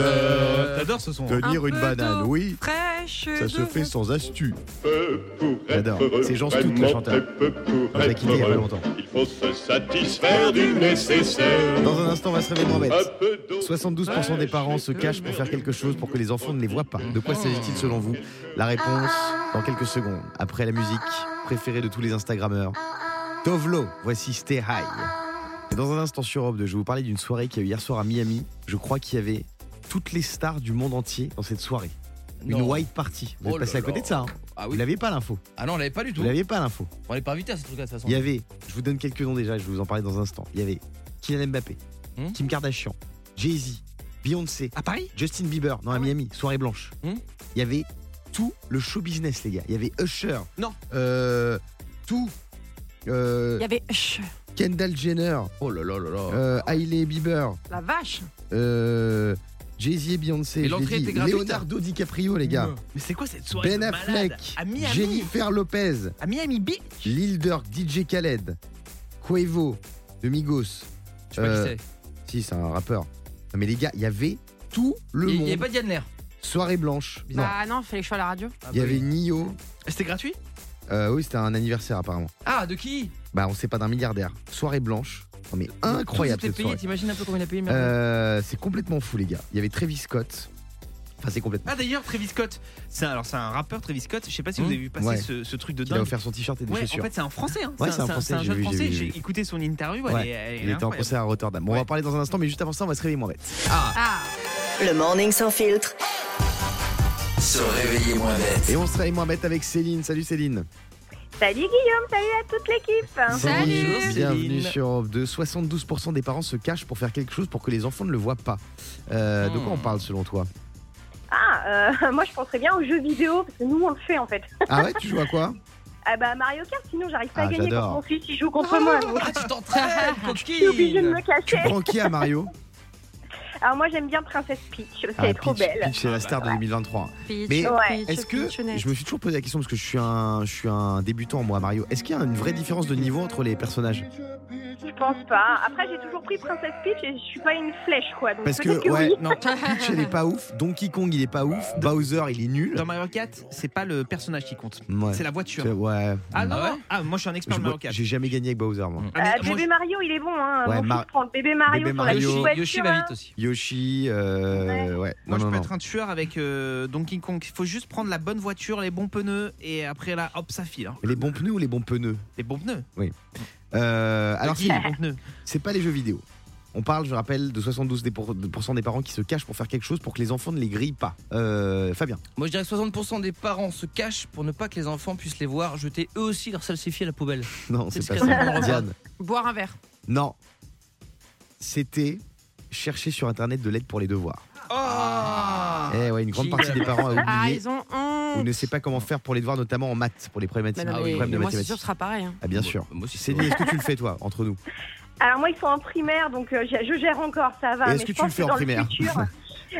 S4: nécessaire.
S3: T'adores ce son. hein.
S4: Tenir
S6: Un
S4: une
S6: peu
S4: banane,
S6: d'eau.
S4: oui,
S6: Fraîche.
S4: ça se
S6: de-
S4: fait sans astuce. J'adore.
S9: J'adore.
S4: C'est Jean Stout, le chanteur. On l'a quitté il y a pas longtemps.
S9: Il faut se satisfaire du nécessaire.
S4: Dans un instant, on va se réveiller moins
S9: Un
S4: bête.
S9: peu d'eau.
S4: 72% des parents se cachent pour faire quelque chose pour que les enfants ne les voient pas. De quoi s'agit-il selon vous La réponse dans quelques secondes, après la musique préférée de tous les Instagrammeurs. Tovlo, voici Stay High. Et dans un instant sur Europe 2, je vais vous parler d'une soirée qui a eu hier soir à Miami. Je crois qu'il y avait toutes les stars du monde entier dans cette soirée. Une
S5: Non.
S4: white party. Vous
S5: Oh
S4: êtes passé
S5: là
S4: à côté
S5: là.
S4: de ça. hein
S5: Ah
S4: vous
S5: oui.
S4: n'aviez pas l'info.
S5: Ah non, on l'avait pas du
S4: Vous
S5: tout.
S4: n'aviez pas l'info.
S5: On l'avait pas invité à ce truc-là de toute façon.
S4: Il y avait, je vous donne quelques noms déjà, je vous en parlais dans un instant. Il y avait Kylian Mbappé,
S5: Hmm
S4: Kim Kardashian, Jay-Z, Beyoncé,
S3: À Paris
S4: Justin Bieber, non à Miami, soirée blanche.
S5: Ah Hmm
S4: Il y avait tout le show business, les gars. Il y avait Usher.
S3: Non.
S4: Euh, tout. Euh,
S6: Il y avait. Chut,
S4: Kendall Jenner,
S5: Oh là là là là.
S4: euh, Hailey Bieber,
S6: la vache.
S4: euh, Jay-Z et Beyoncé.
S5: Et
S4: je l'ai
S5: l'entrée
S4: dit.
S5: était gratuite, Hmm.
S4: Leonardo DiCaprio, Eh, les gars.
S3: Mais c'est quoi cette soirée
S4: Ben
S3: de malade
S4: Affleck,
S3: À Miami
S4: Jennifer Lopez,
S3: À Miami Beach
S4: Lil Durk, DJ Khaled, Quavo, de Migos.
S5: Je sais pas
S4: euh,
S5: qui c'est.
S4: Si, c'est un rappeur. Non, mais les gars, il y avait tout le
S5: Il y- il
S4: monde.
S5: y avait pas Ah, de Yann
S4: Soirée blanche. Non.
S6: Bah non, fallait que je sois à la radio.
S4: Il y avait Nio.
S3: C'était gratuit
S4: Euh, oui, c'était un anniversaire apparemment.
S5: Ah, de qui
S4: Bah, on sait pas d'un milliardaire. Soirée blanche. Non, mais incroyable
S5: Tout était
S4: cette
S5: payé,
S4: soirée.
S5: t'imagines un peu combien il a payé merde.
S4: Euh, c'est complètement fou, les gars. Il y avait Travis Scott. Enfin, c'est complètement.
S3: Ah d'ailleurs Travis Scott, c'est un, alors c'est un rappeur Travis Scott, je sais pas si
S5: Hmm.
S3: vous avez vu passer
S4: Hum? Ouais.
S3: ce, ce truc de
S4: Il a
S3: dingue.
S4: offert son t-shirt et des
S3: Ouais, en
S4: chaussures.
S3: fait c'est un français hein.
S4: Ouais, c'est un Français,
S3: c'est un
S4: j'ai
S3: jeune
S4: vu, j'ai
S3: français,
S4: vu, j'ai
S3: j'ai
S4: vu.
S3: écouté son interview, elle
S4: Ouais,
S3: est- elle est
S4: Il était en
S3: incroyable.
S4: concert à Rotterdam. Bon, On va
S3: Ouais.
S4: parler dans un instant, mais juste avant ça, on va se réveiller moins bête.
S6: Ah,
S1: Le morning sans filtre.
S2: Se réveiller moins bête.
S4: Et on se réveille moins bête avec Céline. Salut Céline.
S10: Salut Guillaume, salut à toute l'équipe.
S6: Salut.
S4: Bonjour, Bienvenue
S5: Céline.
S4: sur Europe 2. 72% des parents se cachent pour faire quelque chose pour que les enfants ne le voient pas. Euh, De quoi on
S5: Hmm.
S4: parle selon toi
S10: Ah, euh, moi je penserais bien aux jeux vidéo parce que nous on le fait en fait.
S4: Ah ouais, tu joues à quoi
S10: Ah bah Mario Kart, sinon j'arrive pas
S4: Ah,
S10: à gagner
S4: j'adore.
S10: quand mon fils il joue contre moi. Donc
S5: Ah, tu t'entraînes,
S10: je suis obligée de
S5: coquine
S10: me
S4: Tu
S10: cacher.
S4: prends qui à Mario
S10: Alors moi j'aime bien Princesse Peach parce qu'elle
S4: Ah,
S10: est trop
S4: Peach-
S10: belle.
S4: Peach, c'est la star de 2023.
S3: Ah,
S6: Peach,
S4: Mais
S6: Peach,
S3: bah.
S4: Est-ce que
S6: Peachinette.
S4: je me suis toujours posé la question parce que je suis un, je suis un débutant moi à Mario. Est-ce qu'il y a une vraie différence de niveau entre les personnages
S10: Je pense pas. Après j'ai toujours pris Princesse Peach et je suis pas une flèche quoi. Donc
S4: Parce
S10: peut-être
S4: que ouais,
S10: oui.
S4: non, Peach elle est pas ouf, Donkey Kong il est pas ouf, Bowser il est nul.
S3: Dans Mario Kart, c'est pas le personnage qui compte,
S4: Ouais.
S3: c'est la voiture.
S4: C'est- ouais.
S3: Ah non,
S5: Ah ouais
S3: non. ah moi je suis un expert
S4: Je-
S3: de Mario Kart.
S4: J'ai jamais gagné avec Bowser moi.
S3: Ah, mais
S10: Euh,
S3: moi,
S10: bébé Mario, il est bon. Hein.
S4: Ouais,
S10: Mon
S4: Mar-
S10: fils prend le bébé Mario
S4: Bébé
S10: sur la
S4: Mario.
S10: petite
S5: Ah, Yoshi,
S10: voiture,
S5: Yoshi va
S10: hein.
S5: vite aussi.
S4: Yoshi, euh, ouais.
S3: Moi,
S4: non,
S3: je
S4: non,
S3: peux
S4: non.
S3: être un tueur avec euh, Donkey Kong. Il faut juste prendre la bonne voiture, les bons pneus, et après là, hop, ça file. hein.
S4: Les bons pneus ou les bons pneus
S3: Les bons pneus.
S4: Euh, Alors
S3: Qui,
S4: si,
S3: les bons pneus
S4: c'est pas les jeux vidéo. On parle, je rappelle, de 72% des, pour- pourcents des parents qui se cachent pour faire quelque chose pour que les enfants ne les grillent pas. Euh, Fabien.
S5: Moi, je dirais que 60% des parents se cachent pour ne pas que les enfants puissent les voir jeter eux aussi leur salsifis à la poubelle.
S4: Non,
S5: C'est
S4: c'est
S5: ce
S4: pas
S5: qu'elle a
S4: ça.
S5: dans le
S4: Diane.
S6: Boire un verre.
S4: Non. C'était chercher sur internet de l'aide pour les devoirs.
S3: Oh
S4: eh ouais, une grande
S5: Qui-
S4: partie des parents a
S6: Ah,
S4: oublié
S6: ils ont
S4: ou
S6: honte.
S4: ne sait pas comment faire pour les devoirs, notamment en maths, pour les
S6: Mais
S4: problématiques.
S6: non,
S5: Ah
S6: mais
S5: oui,
S4: les problèmes de
S6: moi, c'est sûr,
S4: mathématiques.
S6: ce sera pareil. hein.
S4: Ah, bien sûr.
S5: bah, Moi aussi,
S4: Céline, est-ce que tu le fais toi, entre nous
S10: Alors moi ils sont en primaire donc euh, je je gère encore, ça va.
S4: Et
S10: mais
S4: est-ce
S10: je
S4: que tu
S10: pense
S4: le fais en
S10: dans
S4: primaire
S10: futur,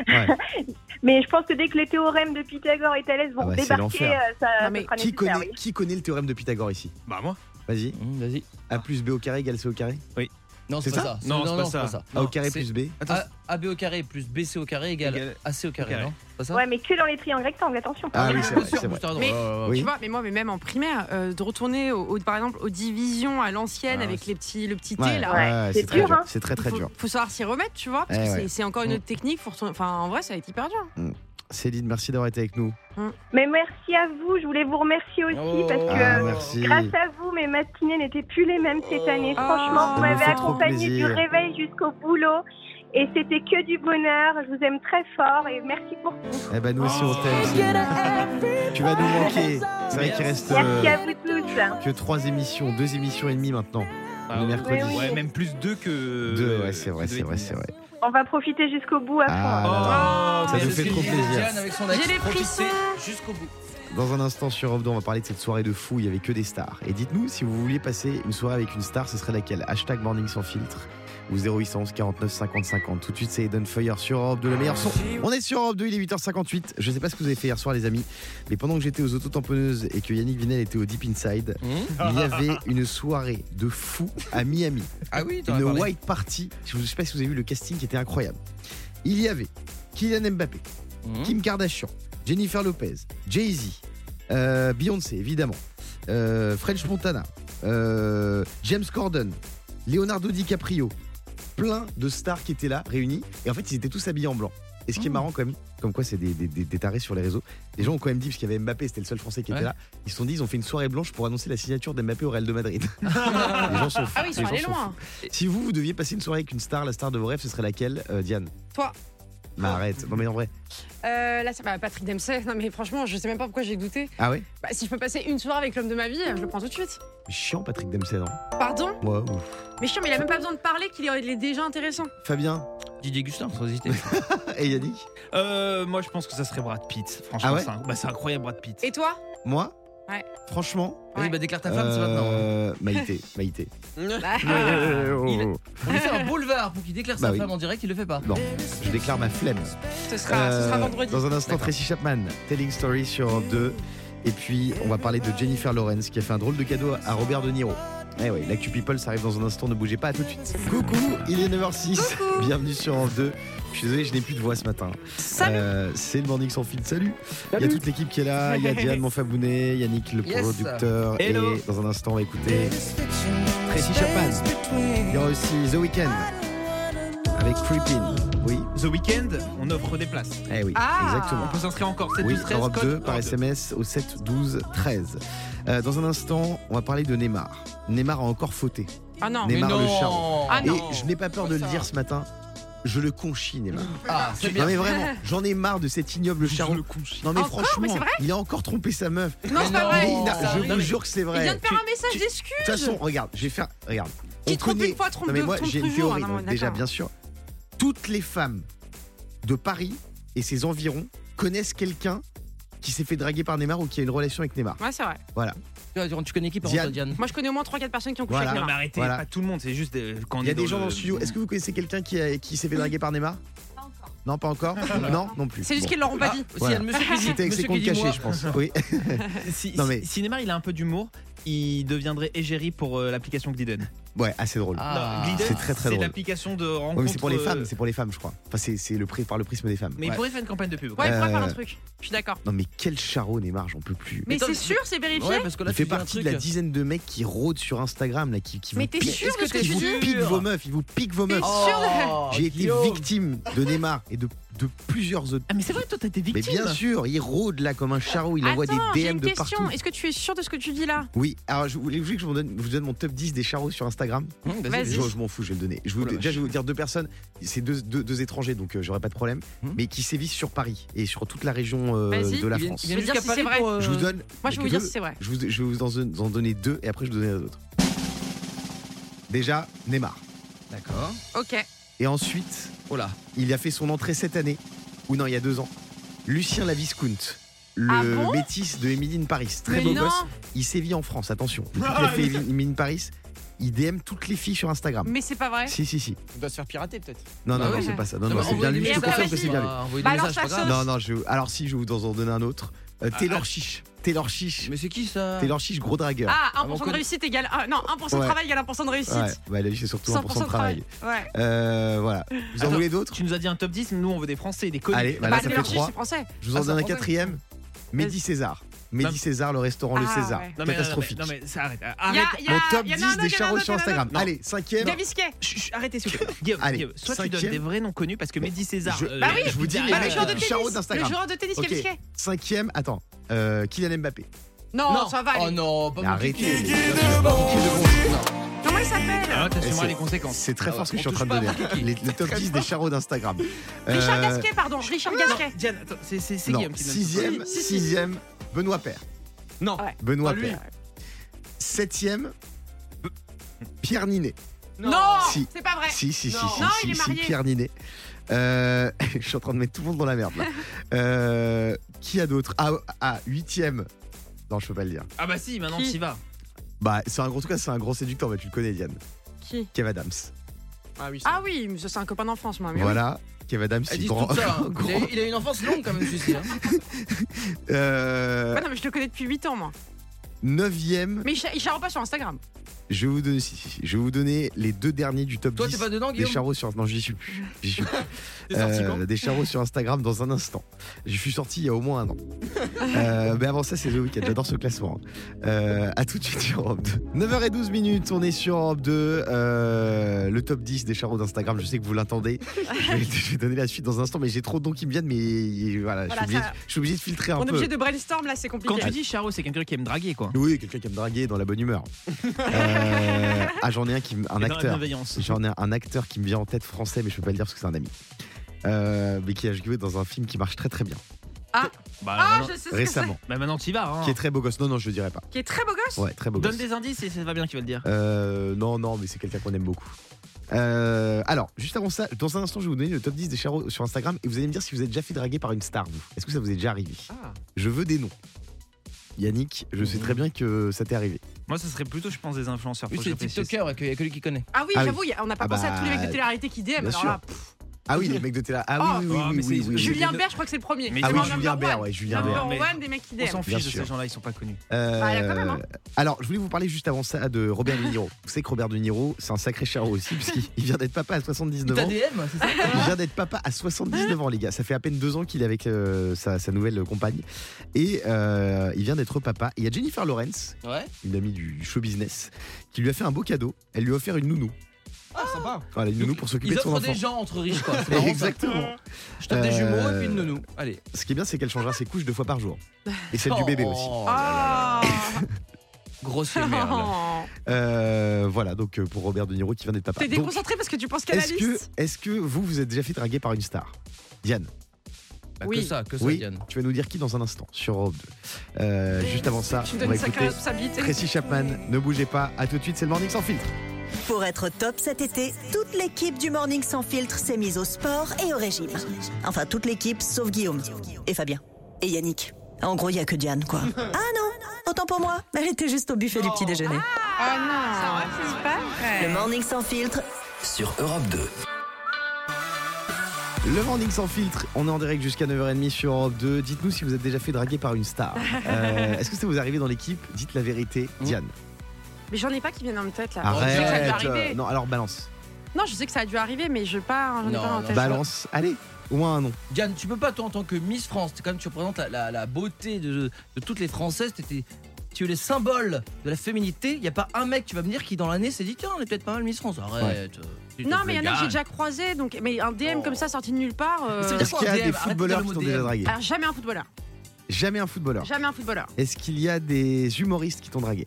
S4: Ouais.
S10: Mais je pense que dès que les théorèmes de Pythagore et Thalès
S4: Ah
S10: vont
S4: bah, c'est
S10: débarquer,
S4: l'enfer.
S10: euh, ça,
S6: Non,
S10: ça
S6: mais
S10: sera
S4: qui,
S10: nécessaire.
S4: connaît, qui connaît le théorème de Pythagore ici
S3: Bah moi
S4: Vas-y.
S5: Mmh, Vas-y.
S4: A plus B au carré égale C au carré
S5: Non,
S4: C'est
S5: c'est pas ça.
S3: Non, c'est pas ça.
S4: A au
S5: Non,
S4: carré
S5: c'est Ah,
S4: plus B
S5: A- AB au carré plus BC au carré égale
S3: Égale
S5: AC au carré,
S3: carré.
S5: non C'est pas
S10: oui.
S5: ça
S10: Ouais mais que dans les triangles rectangles, attention.
S4: Ah oui, c'est vrai,
S5: Booster,
S4: c'est vrai.
S5: booster, non,
S6: Mais-
S5: ouais, ouais, ouais.
S4: Oui.
S6: Tu vois, mais moi, mais même en primaire, euh, de retourner, au, au- par exemple, aux divisions à l'ancienne
S5: Ah,
S6: avec les petits, le petit thé,
S4: Ouais,
S6: là.
S10: ouais.
S4: ouais,
S10: c'est
S4: c'est très
S10: dur,
S4: dur.
S10: hein.
S4: C'est très très
S6: faut,
S4: dur.
S6: faut savoir s'y remettre, tu vois, parce
S4: Eh
S6: que
S4: ouais.
S6: c'est- c'est encore une autre technique. Faut retourner- Enfin, en vrai, ça a été hyper dur.
S4: Céline, merci d'avoir été avec nous.
S10: Mais merci à vous, je voulais vous remercier aussi
S5: Oh.
S10: parce que
S4: Ah,
S10: euh,
S4: merci.
S10: grâce à vous mes matinées n'étaient plus les mêmes cette année.
S6: Oh.
S10: Franchement,
S6: Ça
S4: Ah,
S10: vous
S6: nous
S10: m'avez
S6: fait trop
S10: accompagné du
S4: plaisir.
S10: réveil jusqu'au boulot et c'était que du bonheur. Je vous aime très fort et merci pour tout.
S4: Eh ben nous aussi on t'aime. Céline. Tu vas nous manquer. C'est vrai qu'il reste
S10: Merci
S4: euh,
S10: à vous tous.
S4: que trois émissions, deux émissions et demie maintenant. On est mercredi.
S10: oui.
S3: Ouais, même plus deux
S5: Euh,
S3: que.
S4: Deux, ouais, c'est vrai,
S3: que deux
S4: c'est
S3: et
S4: vrai,
S3: demi.
S4: c'est vrai.
S10: On va profiter jusqu'au bout à fond.
S4: Ah, là, là.
S3: Oh,
S4: Ça
S3: mais
S4: nous
S3: c'est
S4: fait
S3: ce
S4: trop
S3: que je
S4: plaisir.
S3: disais.
S5: Diane avec son ex,
S6: J'ai les
S5: profitez
S6: frissons.
S5: jusqu'au bout.
S4: Dans un instant sur Europe 2, on va parler de cette soirée de fou, il y avait que des stars. Et dites-nous si vous vouliez passer une soirée avec une star, ce serait laquelle Hashtag Morning sans filtre ou 0811 49 50 50. Tout de suite, c'est Eden Feuer sur Europe 2, le meilleur son. On est sur Europe 2, il est 8h58. Je sais pas ce que vous avez fait hier soir, les amis, mais pendant que j'étais aux autotamponneuses et que Yannick Vinel était au Deep Inside,
S5: Mmh.
S4: il y avait une soirée de fou à Miami.
S5: Ah oui, t'en as
S4: Une
S5: parlé.
S4: white party. Je ne sais pas si vous avez vu le casting qui était incroyable. Il y avait Kylian Mbappé.
S5: Mmh.
S4: Kim Kardashian, Jennifer Lopez, Jay-Z, euh, Beyoncé évidemment, euh, French Montana, euh, James Corden, Leonardo DiCaprio, plein de stars qui étaient là réunis et en fait ils étaient tous habillés en blanc. Et ce qui est marrant quand même, comme quoi c'est des, des- des- des tarés sur les réseaux, les gens ont quand même dit, parce qu'il y avait Mbappé, c'était le seul français qui était
S5: Ouais.
S4: là, ils se sont dit, ils ont fait une soirée blanche pour annoncer la signature d'Mbappé au Real de Madrid. les gens sont fous.
S6: Ah oui, ils
S4: les
S6: sont allés
S4: gens sont
S6: loin.
S4: fous. Si vous, vous deviez passer une soirée avec une star, la star de vos rêves, ce serait laquelle, euh, Diane
S6: Toi.
S4: Bah arrête, non mais en vrai.
S6: Euh, là, c'est bah, Patrick Dempsey. Non, mais franchement, je sais même pas pourquoi j'ai douté.
S4: Ah ouais
S6: Bah, si je peux passer une soirée avec l'homme de ma vie, je le prends tout de suite.
S4: Chiant Patrick Dempsey, non
S6: Pardon
S4: Ouais, ouf.
S6: Mais chiant, mais il a même pas besoin de parler, qu'il est il est déjà intéressant.
S4: Fabien
S5: Didier Gustin, sans hésiter.
S4: et Yannick
S3: Euh, moi, je pense que ça serait Brad Pitt. Franchement,
S4: Ah ouais
S3: c'est un- bah, c'est incroyable, Brad Pitt.
S6: Et toi
S4: Moi
S6: Ouais.
S4: Franchement
S5: Vas-y,
S6: Ouais.
S5: bah déclare ta femme, c'est maintenant.
S4: euh, Maïté, Maïté.
S6: Bah,
S4: Euh,
S5: On lui fait un boulevard pour qu'il déclare
S4: Bah
S5: sa
S4: oui.
S5: femme en direct, il le fait pas.
S4: Non, je déclare ma flemme.
S6: ce, sera, ce sera
S4: Euh,
S6: vendredi.
S4: Dans un instant,
S5: D'accord.
S4: Tracy Chapman, Telling Story sur Europe 2. Et puis, on va parler de Jennifer Lawrence qui a fait un drôle de cadeau à Robert De Niro. Eh ouais, l'actu people, ça arrive dans un instant, ne bougez pas, à tout de suite. Coucou, il est 9h06, bienvenue sur Europe 2. Je suis désolé, je n'ai plus de voix ce matin.
S6: Salut
S4: Euh, C'est le Morning sans fil, salut. Il y a toute l'équipe qui est là, il y a Diane Monfabounet, Yannick le
S5: Yes.
S4: producteur.
S3: Hello.
S4: Et dans un instant, on va écouter Tracy Chapman. Il y aura aussi The Weeknd avec Creepin. Oui,
S3: The Weeknd, on offre des places.
S4: eh oui,
S6: Ah.
S4: exactement.
S3: On peut s'inscrire encore 7
S4: Oui,
S3: 12 13
S4: Europe
S3: code
S4: 2 par
S3: Europe
S4: SMS au 7 12 13. Euh, dans un instant, on va parler de Neymar. Neymar a encore fauté.
S6: Ah non,
S4: Neymar
S5: Mais
S4: le
S5: non.
S4: charme.
S6: Ah non.
S4: Et je n'ai pas peur de le dire ce matin. Je le conchis, Neymar.
S5: Ah, c'est
S4: Non
S5: bien.
S4: mais vraiment, j'en ai marre de cet ignoble charron. Non mais
S6: Encore Mais
S4: franchement,
S6: c'est vrai
S4: il a encore trompé sa meuf.
S6: non, c'est pas
S5: non.
S6: vrai.
S4: Il est ina-
S5: ça
S4: je
S5: arrive.
S4: vous jure que c'est
S6: Il
S4: vrai.
S6: vient de faire un
S4: tu-
S6: message d'excuse.
S4: De toute façon, regarde, je vais faire. Regarde.
S6: Qui
S4: On
S6: trompe
S4: connaît-
S6: une fois, trompe
S4: Non, mais
S6: deux,
S4: moi,
S6: trompe
S4: j'ai une
S6: toujours.
S4: théorie.
S6: Ah non,
S4: donc déjà,
S6: d'accord.
S4: bien sûr. Toutes les femmes de Paris et ses environs connaissent quelqu'un qui s'est fait draguer par Neymar ou qui a une relation avec Neymar.
S6: Ouais, c'est vrai.
S5: Tu vois, Tu connais qui par
S4: Diane.
S5: contre, Diane
S6: Moi, je connais au moins 3-4 personnes qui ont couché
S4: Voilà.
S6: avec
S3: Non, mais
S6: Neymar.
S3: arrêtez,
S4: Voilà.
S3: pas tout le monde, c'est juste des- quand on
S4: Il y a
S3: est
S4: des gens
S3: le-
S4: dans le studio. Est-ce que vous connaissez quelqu'un qui, a- qui s'est fait draguer par Neymar Non, pas encore Non, non plus.
S6: C'est juste
S4: Bon.
S6: qu'ils l'auront pas dit.
S5: Aussi,
S4: Voilà.
S5: il y a le Ah, monsieur qui dit-
S4: C'était avec ses
S5: monsieur
S4: comptes
S5: qui dit moi.
S4: cachés, je pense. Oui.
S3: Si,
S4: Non, mais-
S3: si- Cinéma, il a un peu d'humour. Il deviendrait égérie pour euh, l'application Glidden.
S4: Ouais, assez drôle.
S5: Ah.
S3: Non,
S4: Oh
S3: Glidden,
S4: C'est très, très
S3: C'est
S4: drôle.
S3: l'application de rencontre.
S4: Ouais, mais c'est pour les
S3: euh,
S4: femmes, c'est pour les femmes, je crois. Enfin, c'est- c'est le pri- par le prisme des femmes.
S3: Mais
S4: Ouais.
S3: il pourrait faire une campagne de pub.
S6: Ouais, il pourra
S4: Euh,
S6: faire un truc. Je suis d'accord.
S4: Non, mais quel charreau Neymar, j'en peux plus.
S6: Mais
S5: attends,
S6: c'est
S5: mais-
S6: sûr, c'est vérifié.
S5: Ouais, parce que là,
S4: il
S5: tu
S4: fait
S5: dis un
S4: partie de
S5: truc.
S4: la dizaine de mecs qui rôdent sur Instagram, là, qui, qui
S6: Mais
S4: vous
S6: t'es
S4: piquent-
S6: sûr
S5: Est-ce
S6: de
S5: que
S6: ce que
S5: t'es
S4: qui
S6: tu
S4: vous
S5: sûr oh,
S6: dis
S4: piquent vos meufs, ils vous piquent vos
S6: T'es
S4: meufs.
S3: Oh,
S6: sûr de-
S4: J'ai été victime de Neymar et de, de plusieurs autres.
S3: Ah, mais c'est vrai, toi, t'as été
S4: Mais
S3: victime.
S4: bien sûr, il rôde là comme un charreau, il envoie
S6: Attends,
S4: des
S6: j'ai
S4: DM
S6: une
S4: de
S6: question.
S4: partout.
S6: Est-ce que tu es sûr de ce que tu dis là
S4: Oui, alors je voulais, vous voulez que je vous donne, je vous donne mon top 10 des charreaux sur Instagram
S5: Hum, vas-y.
S6: Vas-y.
S4: Je, je m'en fous, je vais le donner. Je vous,
S5: Oh la
S4: déjà, je vais vous dire deux personnes, c'est deux, deux, deux étrangers, donc euh, j'aurai pas de problème,
S5: Hmm.
S4: mais qui sévissent sur Paris et sur toute la région euh,
S6: Vas-y.
S4: de la
S5: Il vient-
S4: France.
S5: il vient
S6: Je veux dire
S5: jusqu'à
S6: si c'est
S5: Paris pour, euh,
S4: Je vous donne.
S6: Moi, je vais vous
S4: deux-
S6: dire si c'est vrai.
S4: je, vous- je vais vous en, en donner deux et après je vous donner les autres. Déjà, Neymar.
S5: D'accord.
S6: Ok.
S4: Et ensuite,
S5: Oh là.
S4: il a fait son entrée cette année, ou non, il y a deux ans. Lucien Laviscount, le
S6: Ah bon
S4: métis de Émiline Paris. Très
S6: Mais
S4: beau
S6: non,
S4: gosse. Il sévit en France, attention. Depuis qu'il a fait Émiline Paris, il DM toutes les filles sur Instagram.
S6: mais c'est pas vrai.
S4: Si, si, si.
S5: Il doit se faire pirater peut-être. Ah,
S4: Non,
S5: Bah
S4: non, non,
S5: oui.
S4: c'est pas ça. Non, non, c'est bien lui, je te
S6: messages.
S4: confirme que c'est bien lui.
S6: Bah alors, ça sauce.
S4: Non, non, je... alors si, je vais vous en donner un autre. Euh,
S6: Ah,
S4: Taylor Chiche. Taylor Chiche.
S5: Mais c'est qui ça
S4: Taylor Chiche, gros dragueur.
S6: Ah, 1%
S5: Ah, bon,
S6: de
S5: conna-
S6: réussite égale. ah, non, 1% de
S4: Ouais.
S6: travail égale 1% de réussite.
S4: Ouais, bah, lui, c'est surtout 100%, de travail.
S6: Ouais.
S4: Euh, voilà. Vous en
S3: Attends.
S4: voulez d'autres
S3: Tu nous as dit un top 10, mais nous, on veut des Français, des connus.
S4: Allez,
S6: bah,
S4: bah, là, ça fait
S6: Taylor Swift,
S4: trois.
S6: c'est français.
S4: Je vous en
S5: Ah, ça
S4: donne un
S5: prend, ouais.
S4: quatrième. Mehdi
S6: Vas-y.
S4: César. Mehdi César, le restaurant Le
S6: Ah,
S4: César.
S6: ouais.
S3: Non, mais,
S4: Catastrophique.
S3: Non, mais, non, mais ça, arrête.
S6: Il y a-
S3: Arrête.
S6: il y a-
S4: Mon top
S6: il y en a
S4: 10
S6: un autre,
S4: des
S6: il y en a
S4: charros
S6: un autre, il y en a
S4: sur
S6: un
S4: Instagram.
S3: autre.
S4: Allez, cinquième.
S6: Gavisquet.
S3: Chut, chut, arrêtez, s'il vous plaît. Guillaume,
S4: Allez,
S3: Guillaume, soit tu
S4: cinquième.
S3: donnes des vrais noms connus parce que
S4: Bon.
S3: Mehdi César.
S4: Je-
S3: euh,
S4: Bah
S6: oui.
S4: je vous dis
S3: derrière,
S4: les
S6: Bah, le
S4: mecs,
S6: joueur de
S4: euh, charreau
S6: tennis. Le
S4: d'Instagram.
S6: joueur de tennis
S4: Ok.
S6: Gavisquet.
S4: Cinquième, attends. Euh, Kylian Mbappé.
S6: Non,
S5: Non,
S6: ça va.
S5: Oh
S6: lui.
S5: non, pas
S4: Mais
S5: mon kiki.
S4: arrêtez.
S5: Bien sûr, pas mon kiki de bon. Non.
S6: Comment il s'appelle
S3: Ah,
S4: Et
S3: t'assumeras
S4: Euh, c'est-
S3: les conséquences.
S4: C'est très
S5: Ah
S4: fort ce que
S5: ouais,
S4: je suis en
S5: on
S4: train de
S5: touche
S4: donner.
S5: pas à mon kiki.
S4: Les, le top 10 des charros d'Instagram.
S6: Richard
S4: Euh,
S6: Gasquet, pardon. Richard
S3: Non,
S6: Gasquet.
S3: Diane, attends, c'est c'est- c'est
S4: non,
S3: Guillaume qui donne.
S4: Sixième,
S6: Oui, si, si,
S4: sixième, Benoît Père.
S5: Non.
S6: Ouais.
S4: Benoît
S5: Pas lui.
S4: Père. Septième, Pierre Ninet.
S6: Non,
S4: Si.
S6: c'est pas vrai.
S4: Si, si, si,
S5: Non.
S4: si,
S6: Non,
S4: si,
S6: il est
S4: si,
S6: marié.
S4: Pierre Ninet. Euh, je suis en train de mettre tout le monde dans la merde là. Euh, qui a d'autre Ah, ah, huitième. Non, je peux pas le dire.
S3: Ah bah si, maintenant
S6: Qui
S3: t'y vas.
S4: Bah, c'est un gros en tout cas, c'est un grand séducteur. Bah, tu le connais, Diane.
S6: Qui
S4: Kev Adams.
S5: Ah oui.
S6: Ah oui, mais ça, c'est un copain d'enfance, moi. mais oui.
S4: Voilà. Kev Adams,
S5: Elle
S4: il
S5: dit
S4: grand-
S5: tout ça. hein.
S4: grand-
S5: Il a- Il a une enfance longue quand même, celui-ci. hein.
S4: Euh,
S6: Ouais, non, mais je le connais depuis 8 ans, moi.
S4: Neuvième.
S6: Mais il cha- il charre pas sur Instagram.
S4: Je vais vous donner, si, si, si, je vais vous donner les deux derniers du top
S5: Toi,
S4: 10
S5: t'es pas dedans,
S4: des
S5: Guillaume
S4: charros sur. Non, j'y suis plus. J'y suis plus.
S5: T'es sorti
S4: Euh,
S5: quand
S4: des charros sur Instagram dans un instant. Je suis sorti il y a au moins un an. Euh, mais avant ça, c'est le week-end. J'adore ce classement. hein. Euh, à tout de suite sur Europe 2. 9h12 minutes, on est sur Europe 2. euh, le top 10 des charros d'Instagram. Je sais que vous l'entendez. je, vais- je vais donner la suite dans un instant, mais j'ai trop de dons qui me viennent. Mais voilà, je, suis
S6: Voilà,
S4: obligé,
S6: ça-
S4: je suis obligé de filtrer un
S6: On est
S4: peu.
S6: obligé de brainstorm, là, c'est
S3: Quand tu
S6: compliqué. Ah,
S3: dis Charo, c'est quelqu'un qui aime draguer, quoi.
S4: Oui, quelqu'un qui aime draguer dans la bonne humeur. Euh, ah, j'en ai un qui me- un
S3: Et dans la
S4: acteur.
S3: bienveillance.
S4: J'en ai un acteur qui me vient en tête français, mais je peux pas le dire parce que c'est un ami. Euh, mais qui a joué dans un film qui marche très très bien
S3: Bah,
S6: Ah,
S3: maintenant-
S6: je sais ce que
S4: récemment,
S3: bah, maintenant t'y vas. hein.
S4: qui est très beau gosse. Non non, je le dirai pas.
S6: c'est. Qui est très beau gosse.
S4: Ouais, très beau
S3: Donne
S4: gosse.
S3: des indices et c'est Fabien qui va le dire.
S4: Euh, non non, mais c'est quelqu'un qu'on aime beaucoup. Euh, alors, juste avant ça, dans un instant, je vais vous donner le top 10 des charros sur Instagram et vous allez me dire si vous êtes déjà fait draguer par une star. vous. Est-ce que ça vous est déjà arrivé
S3: Ah.
S4: Je veux des noms. Yannick, je sais
S3: Mhm.
S4: très bien que ça t'est arrivé.
S3: Moi, ce serait plutôt, je pense, des influenceurs.
S5: Lui,
S3: faut que
S5: c'est
S3: je
S5: le
S3: réfléchisse.
S5: TikToker ouais, qu'il y a que lui qui connaît.
S6: Ah oui,
S4: Ah oui.
S6: j'avoue, y a- on n'a pas
S4: Ah
S6: pensé à tous les
S4: bah,
S6: mecs de télé-réalité qui DM.
S3: ben
S4: bien
S6: Alors
S4: sûr.
S6: là, pff,
S4: Ah oui, les mecs de Téla. Ah oui, oui,
S3: Oh,
S4: oui,
S3: mais
S4: oui,
S3: c'est- Ah
S4: oui, oui.
S6: Julien Bert, je crois que c'est le premier.
S3: Mais
S4: Ah oui,
S3: Number
S4: Julien Bert,
S6: ouais.
S4: ouais, Julien Bert.
S6: Number
S3: Mais-
S6: one des mecs qui
S3: On
S6: DM.
S3: s'en
S4: Bien
S3: fiche de
S4: sûr.
S3: ces gens-là, ils sont pas connus.
S4: Euh,
S6: Bah, il y a quand même, hein.
S4: Alors, je voulais vous parler juste avant ça de Robert De Niro. Vous savez que Robert De Niro, c'est un sacré charreau aussi, puisqu'il il vient d'être papa à 79
S5: T'as oh.
S4: ans.
S5: DM, c'est ça
S4: Il vient d'être papa à 79 ans, les gars. Ça fait à peine deux ans qu'il est avec euh, sa, sa nouvelle compagne. Et euh, il vient d'être papa. Et il y a Jennifer Lawrence,
S5: Ouais.
S4: une amie du show business, qui lui a fait un beau cadeau. Elle lui a offert une nounou.
S5: Ah, sympa.
S4: Voilà, une nounou pour s'occuper
S5: Ils
S4: de son
S5: offrent
S4: enfant.
S5: des gens entre riches, quoi. C'est marrant, ça.
S4: Exactement.
S5: Je tape des jumeaux et puis une
S4: Euh,
S5: nounou. Allez.
S4: Ce qui est bien, c'est qu'elle changera ses couches deux fois par jour. Et celle du bébé aussi.
S5: Oh,
S6: Ah.
S4: Oh
S5: Grosse merde.
S4: Euh, voilà, donc euh, pour Robert De Niro qui vient d'être papa.
S6: T'es
S4: Donc,
S6: déconcentré parce que tu penses qu'à la
S4: Est-ce que,
S6: liste.
S4: est que vous vous êtes déjà fait draguer par une star Diane,
S5: Bah, Que
S6: Oui.
S5: ça, que ça,
S4: oui,
S5: Diane.
S4: tu vas nous dire qui dans un instant sur Europe 2. Euh, juste avant ça,
S6: Tu me
S4: on
S6: donnes
S4: va
S6: une sacrée
S4: écouter
S6: responsabilité.
S4: Tracy Chapman. Ne bougez pas, à tout de suite, c'est le Morning sans filtre.
S1: Pour être au top cet été, toute l'équipe du Morning Sans Filtre s'est mise au sport et au régime. Enfin, toute l'équipe, sauf Guillaume et Fabien et Yannick. En gros, il n'y a que Diane, quoi. Ah non, autant pour moi. Elle était juste au buffet du petit déjeuner.
S6: Ah non, c'est pas vrai.
S1: Le Morning Sans Filtre
S2: sur Europe 2.
S4: Le Morning sans filtre, on est en direct jusqu'à 9h30 sur Europe 2. Dites-nous si vous êtes déjà fait draguer par une star. Euh, Est-ce que ça vous arrive dans l'équipe Dites la vérité, Diane.
S6: Mais j'en ai pas qui viennent en tête
S5: Ah,
S6: là. Je sais que ça a dû
S4: Arrête.
S6: arriver.
S4: euh, Non, alors balance.
S6: Non, je sais que ça a dû arriver, mais je pas, j'en ai
S5: Non,
S6: pas en
S5: non.
S6: tête.
S4: Balance. Allez, au moins un nom.
S5: Diane, tu peux pas, toi, en tant que Miss France, t'es quand même, tu représentes la, la- la beauté de, de toutes les Françaises, t'es- t'es- tu es les symboles de la féminité. Il y a pas un mec, tu vas me dire, qui dans l'année s'est dit, tiens, on est peut-être pas mal Miss France. Arrête. euh,
S6: Non,
S5: tu
S6: mais il y
S5: te
S6: en a que j'ai
S5: gagnes.
S6: déjà croisé, donc mais un DM
S4: Oh.
S6: comme ça sorti de nulle part. euh,
S5: Ça veut dire
S4: Est-ce
S5: quoi,
S4: qu'il y a
S5: DM?
S4: des
S5: Arrête de
S4: footballeurs
S5: dire
S4: qui
S5: le
S4: t'ont
S5: mot
S4: déjà
S5: DM.
S4: dragué
S6: Alors jamais un footballeur,
S4: Jamais un footballeur.
S6: jamais un footballeur.
S4: Est-ce qu'il y a des humoristes qui t'ont dragué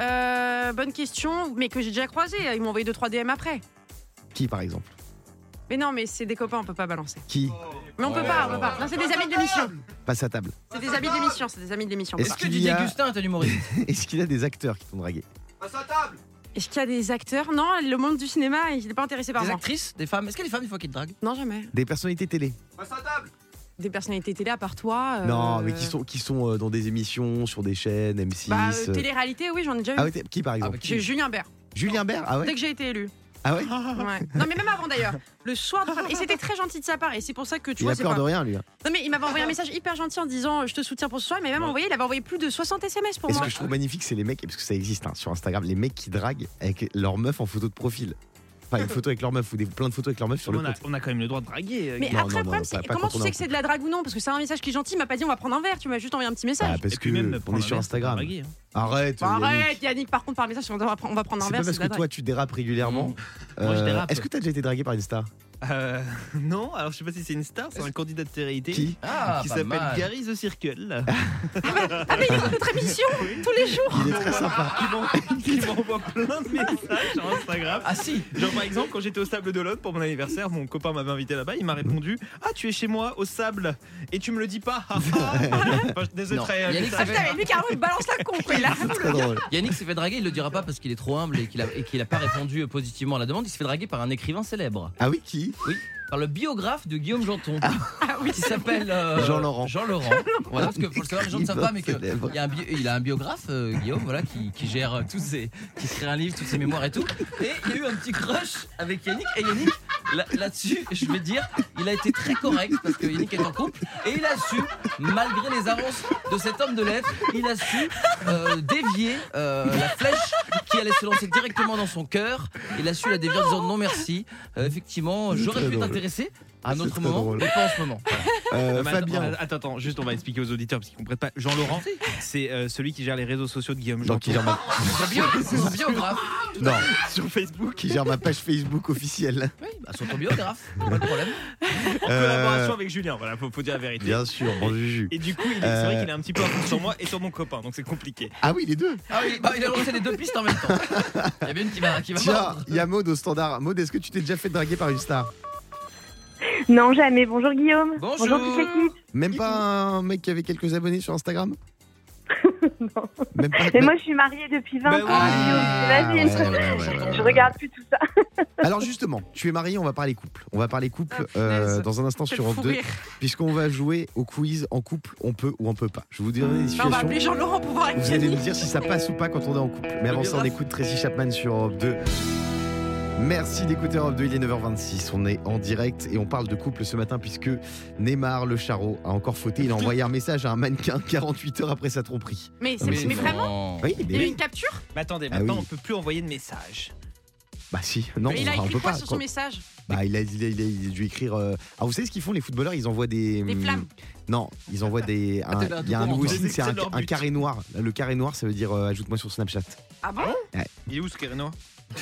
S6: Euh, bonne question, mais que j'ai déjà croisé. Ils m'ont envoyé 2-3 DM après.
S4: Qui, par exemple
S6: Mais non, mais c'est des copains, on peut pas balancer.
S4: Qui
S6: Mais on peut pas, on peut pas. Non, c'est des amis de l'émission.
S4: passe à table
S6: C'est des amis de l'émission, c'est des amis de l'émission. on peut
S4: Est-ce
S6: pas.
S5: Est-ce que
S4: qu'il
S5: tu
S4: y
S5: dis
S4: a-
S5: Gustin, t'es humoriste
S4: Est-ce qu'il y a des acteurs qui t'ont dragué
S6: Est-ce qu'il y a des acteurs Non, le monde du cinéma, il est pas intéressé par
S5: Des
S6: moi.
S5: actrices, des femmes. Est-ce qu'il y a des femmes, des fois, qui te draguent
S6: Non, jamais.
S4: Des personnalités télé
S6: Des personnalités télé à part toi. euh,
S4: Non, mais qui sont, qui sont euh, dans des émissions, sur des chaînes, M6.
S6: Bah,
S4: euh,
S6: euh, télé-réalité, oui, j'en ai déjà eu.
S4: Ah ouais, t'es- qui par
S5: Ah,
S4: exemple
S5: bah, qui-
S6: J'ai eu Julien Bert,
S4: Julien Bert
S6: dès
S4: Ah ouais
S6: que j'ai été élu.
S4: Ah ouais
S6: Ouais. Non, mais même avant d'ailleurs. Le soir de Et c'était très gentil de sa part. Et c'est pour ça que tu
S4: Il
S6: vois.
S4: a
S6: c'est
S4: peur
S6: pas-
S4: de rien lui. hein.
S6: Non, mais il m'avait envoyé un message hyper gentil en disant euh, Je te soutiens pour ce soir. Mais même envoyé, il avait envoyé plus de 60 SMS pour
S4: Et ce
S6: moi.
S4: que je trouve magnifique, c'est les mecs, parce que ça existe hein, sur Instagram, les mecs qui draguent avec leur meuf en photo de profil. Enfin, une photo avec leur meuf ou des, plein de photos avec leur meuf sur le
S3: on, a,
S4: compte.
S3: on a quand même le droit de draguer. euh,
S6: Mais
S4: Non,
S6: après,
S4: non,
S6: le problème,
S4: non, pas-
S6: c'est
S4: pas
S6: comment
S4: quand on
S6: tu
S4: est
S6: sais
S4: en
S6: que c'est de la drague ou non Parce que c'est un message qui est gentil. Il m'a pas dit On va prendre un verre. Tu m'as juste envoyé un petit
S4: Bah,
S6: message.
S4: parce
S3: Et puis même,
S4: que on
S3: prendre
S4: est
S3: un
S4: sur
S3: verre,
S4: Instagram.
S3: c'est draguer, hein.
S4: Arrête.
S6: Bah,
S4: Yannick.
S6: arrête, Yannick, par contre, par message, on va, on va prendre un
S4: C'est
S6: verre.
S4: pas parce
S6: de la
S4: que toi
S6: drague.
S4: tu dérapes régulièrement.
S3: Moi, je
S4: Euh,
S3: dérape.
S4: Est-ce que t'as déjà été dragué par une star
S3: Euh, non, alors je sais pas si c'est une star, c'est un candidat de télé-réalité
S4: Qui
S5: Ah,
S3: qui
S5: pas
S3: s'appelle
S5: mal.
S3: Gary The Circle.
S6: Ah, mais il est dans notre émission tous les jours
S4: Il est très sympa.
S3: qui m'en- qui m'envoie plein de messages sur Instagram.
S5: Ah si
S3: Genre par exemple quand j'étais au Sable de l'Aude pour mon anniversaire, mon copain m'avait invité là-bas, il m'a répondu "Ah, tu es chez moi au Sable et tu me le dis pas." Ah, ah. Enfin, je- désolé,
S5: Non,
S3: très-
S5: Yannick,
S3: très-
S6: Ah putain, mais lui, carrément, il balance la con, quoi, il a-
S4: Très drôle.
S5: Yannick s'est fait draguer, il le dira pas parce qu'il est trop humble et qu'il a, et qu'il a pas répondu positivement à la demande. Il se fait draguer par un écrivain célèbre,
S4: Ah oui, qui
S5: par le biographe de Guillaume Janton,
S6: Ah oui,
S5: qui s'appelle euh,
S4: Jean Laurent.
S5: Jean Laurent. Voilà, parce que faut le savoir, les gens ne savent pas, mais que
S4: Célèbre.
S5: il y a un bio- il a un biographe, euh, Guillaume, voilà, qui, qui gère euh, tous ses, qui écrit un livre, toutes ses mémoires et tout. Et il y a eu un petit crush avec Yannick. Et Yannick, là- là-dessus, je vais dire, il a été très correct parce que Yannick est en couple. Et il a su, malgré les avances de cet homme de lettres, il a su euh, dévier euh, la flèche qui allait se lancer directement dans son cœur. Il a su la dévier en disant non merci. Euh, effectivement, j'aurais
S4: Très
S5: pu
S4: drôle.
S5: t'intéresser à un
S4: C'est
S5: autre
S4: très
S5: moment,
S4: drôle.
S5: mais pas en ce moment. Voilà.
S4: Euh,
S3: Non, Ah, mais attends,
S4: Fabien.
S3: Attends, attends, juste on va expliquer aux auditeurs parce qu'ils comprennent pas. Jean Laurent, c'est euh, celui qui gère les réseaux sociaux de Guillaume
S4: Non,
S3: Jean
S4: qui gère ma...
S5: Son bio- Son biographe.
S4: non,
S3: sur Facebook
S4: qui gère ma page Facebook officielle.
S5: Oui, bah, sur ton biographe, pas de problème.
S3: en
S4: Euh,
S3: collaboration avec Julien. Voilà, faut, faut dire la vérité.
S4: Bien sûr, bon Juju.
S3: Et du coup, il est- c'est
S4: Euh,
S3: vrai qu'il est un petit peu en fond sur moi et sur mon copain, donc c'est compliqué.
S4: Ah oui, les deux.
S5: Ah oui, bah, il a lancé les deux pistes en même temps. Il y avait une qui va, qui va
S4: Tiens,
S5: mordre.
S4: il y a Maud au standard. Maud, est-ce que tu t'es déjà fait draguer par une star
S10: Non, jamais. Bonjour Guillaume.
S5: Bonjour.
S10: toute l'équipe.
S4: Même pas un mec qui avait quelques abonnés sur Instagram
S10: Non.
S4: Même pas.
S10: Mais moi, je suis mariée depuis 20
S3: Bah
S10: ans.
S3: oui.
S4: Ah,
S10: Guillaume. J'imagine.
S4: ouais, ouais, ouais, ouais,
S10: Je
S4: ouais.
S10: regarde plus tout ça.
S4: Alors justement, tu es marié, on va parler couple. On va parler couple
S6: Ah,
S4: euh,
S6: punaise.
S4: dans un instant
S6: quel
S4: sur Europe
S6: fou
S4: 2,
S6: rire.
S4: puisqu'on va jouer au quiz en couple, on peut ou on peut pas. Je vous
S6: Bah, on
S4: donnerai des
S6: va
S4: situations.
S6: appeler Jean-Laurent pour voir
S4: où
S6: avec
S4: Vous allez
S6: Yannick.
S4: me dire si ça passe ou pas quand on est en couple. Mais avant ça, on
S5: biographe.
S4: écoute Tracy Chapman sur Europe 2. Merci d'écouter Europe 2, il est 9h26, on est en direct et on parle de couple ce matin puisque Neymar Le Charro a encore fauté, il a envoyé un message à un mannequin 48 heures après sa tromperie.
S6: Mais, c'est-
S4: Mais
S6: mais
S4: c'est
S6: vraiment
S4: Oui,
S6: Il y a eu
S4: mais
S6: une capture
S3: Mais attendez,
S4: Ah
S3: maintenant
S4: oui.
S3: on peut plus envoyer de messages.
S4: bah si, non,
S6: Mais il a
S4: enfin, on
S6: écrit
S4: peut
S6: quoi
S4: pas.
S6: sur
S4: quoi.
S6: son message
S4: Bah, il, a, il, a- il a- il a dû écrire. euh, Alors, vous savez ce qu'ils font, les footballeurs Ils envoient des.
S6: Des
S4: hum,
S6: flammes.
S4: Non, ils envoient des. un-
S5: t'es
S4: Il
S5: là,
S4: y a un
S5: tout
S4: nouveau
S5: content.
S4: signe, c'est un,
S3: C'est leur
S4: un
S3: but.
S4: carré noir. Le carré noir, ça veut dire euh, ajoute-moi sur Snapchat.
S6: Ah bon
S3: Il est où ce Kerenoir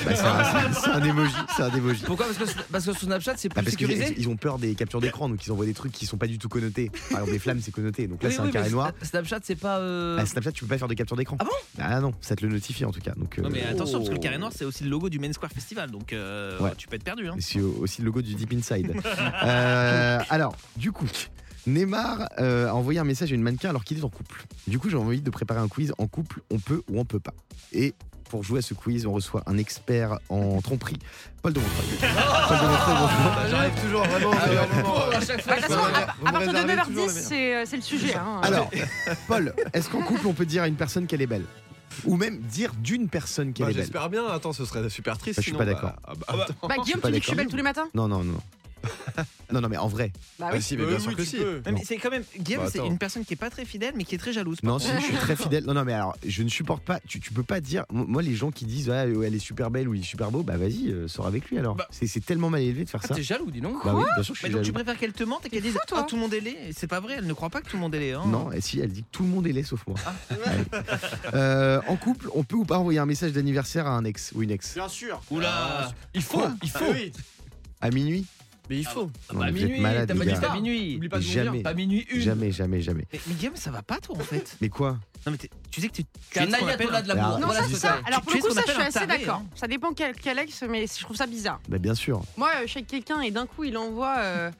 S4: Bah, c'est un, c'est un emoji. C'est un emoji.
S5: Pourquoi parce que, parce que sur Snapchat, c'est
S4: Bah,
S5: plus
S4: parce qu'ils
S5: sécurisé
S4: ils ont peur des captures d'écran, donc ils envoient des trucs qui sont pas du tout connotés. Par exemple, les flammes, c'est connoté. Donc là,
S5: Oui,
S4: c'est
S5: oui,
S4: un carré
S5: mais
S4: noir.
S5: Sna- Snapchat, c'est pas. euh,
S4: Bah, Snapchat, tu peux pas faire de capture d'écran.
S5: Ah bon
S4: Ah non, ça te le notifie en tout cas. Donc,
S3: Non
S4: euh,
S3: mais attention, parce que le
S5: Oh.
S3: carré noir c'est aussi le logo du Main Square Festival, donc euh,
S4: Ouais.
S3: tu peux être perdu. Hein.
S4: Mais C'est aussi le logo du Deep Inside. Euh, alors, du coup, Neymar euh, a envoyé un message à une mannequin alors qu'il est en couple. Du coup, j'ai envie de préparer un quiz en couple, on peut ou on peut pas. Et pour jouer à ce quiz, on reçoit un expert en tromperie, Paul de Montreuil. Paul de Montreuil, bonjour.
S3: J'arrive toujours vraiment
S5: Oh, à chaque
S6: Bah,
S5: fois,
S6: De
S5: je
S6: toute façon,
S5: vois-
S6: à, à partir de 9h10, c'est euh, c'est le sujet. hein.
S4: Alors, Paul, est-ce qu'en couple, on peut dire à une personne qu'elle est belle Ou même dire d'une personne qu'elle
S11: Bah,
S4: est belle
S11: J'espère bien. Attends, ce serait super triste.
S4: Bah, je suis
S11: sinon,
S4: pas
S11: bah,
S4: d'accord.
S11: ah bah, attends.
S6: bah, Guillaume,
S4: pas
S6: tu dis que je suis
S4: d'accord.
S6: belle tous les matins
S4: Non, non, non. Non, non, mais en vrai.
S6: Bah
S11: Ah
S6: oui.
S11: si, mais
S3: Euh,
S11: bien
S3: oui,
S11: sûr que
S3: tu
S11: si.
S3: peux. Non, mais c'est quand même Guillaume,
S11: Bah,
S3: c'est
S11: attends.
S3: une personne qui est pas très fidèle, mais qui est très jalouse. par
S4: Non, si,
S3: contre.
S4: je suis très fidèle. Non, non, mais alors, je ne supporte pas. Tu, tu peux pas dire. Moi, les gens qui disent, ah, ouais, elle est super belle ou il est super beau, bah vas-y, euh, sors avec lui alors.
S3: Bah.
S4: C'est c'est tellement mal élevé de faire
S5: Ah,
S4: ça.
S5: T'es jaloux, dis donc.
S4: Bah oui, bien sûr que je suis
S3: Mais donc tu
S4: jaloux.
S3: préfères qu'elle te mente et qu'elle dise
S6: fou, toi.
S3: Ah, tout le monde est laid. C'est pas vrai, elle ne croit pas que tout le monde est laid. hein.
S4: Non, et si elle dit que tout le monde est laid sauf
S5: Ah,
S4: moi. Ouais. Euh, en couple, on peut ou pas envoyer un message d'anniversaire à un ex ou une ex
S11: Bien sûr.
S5: Oula, il faut,
S4: Quoi
S5: il faut.
S11: Ah oui,
S4: À minuit
S11: mais il faut.
S5: Ah,
S4: Non,
S5: bah,
S4: mais vous êtes
S5: minuit,
S4: malades,
S5: t'as
S4: les
S5: pas dit
S4: gars.
S5: à minuit.
S11: Oublie pas de nous
S4: Jamais.
S11: dire.
S5: Pas minuit une.
S4: Jamais, jamais, jamais.
S3: Mais, mais Guillaume, ça va pas toi en fait.
S4: Mais quoi
S3: Non, mais t'es- tu sais que tu, tu
S5: T'es
S3: es
S5: un
S3: ce qu'on appelle
S5: ayatollah de l'amour.
S4: Ah,
S6: Non,
S5: Voilà
S6: ça,
S5: ce que
S6: ça.
S5: t'es.
S6: Alors, pour le
S3: Tu es ce
S6: coup,
S3: qu'on
S6: ça, je
S3: appelle
S6: suis
S3: un
S6: assez
S3: taré,
S6: d'accord.
S3: hein.
S6: Ça dépend quel, quel ex, mais je trouve ça bizarre.
S4: Bah bien sûr.
S6: Moi, euh, je suis avec quelqu'un et d'un coup, il envoie euh,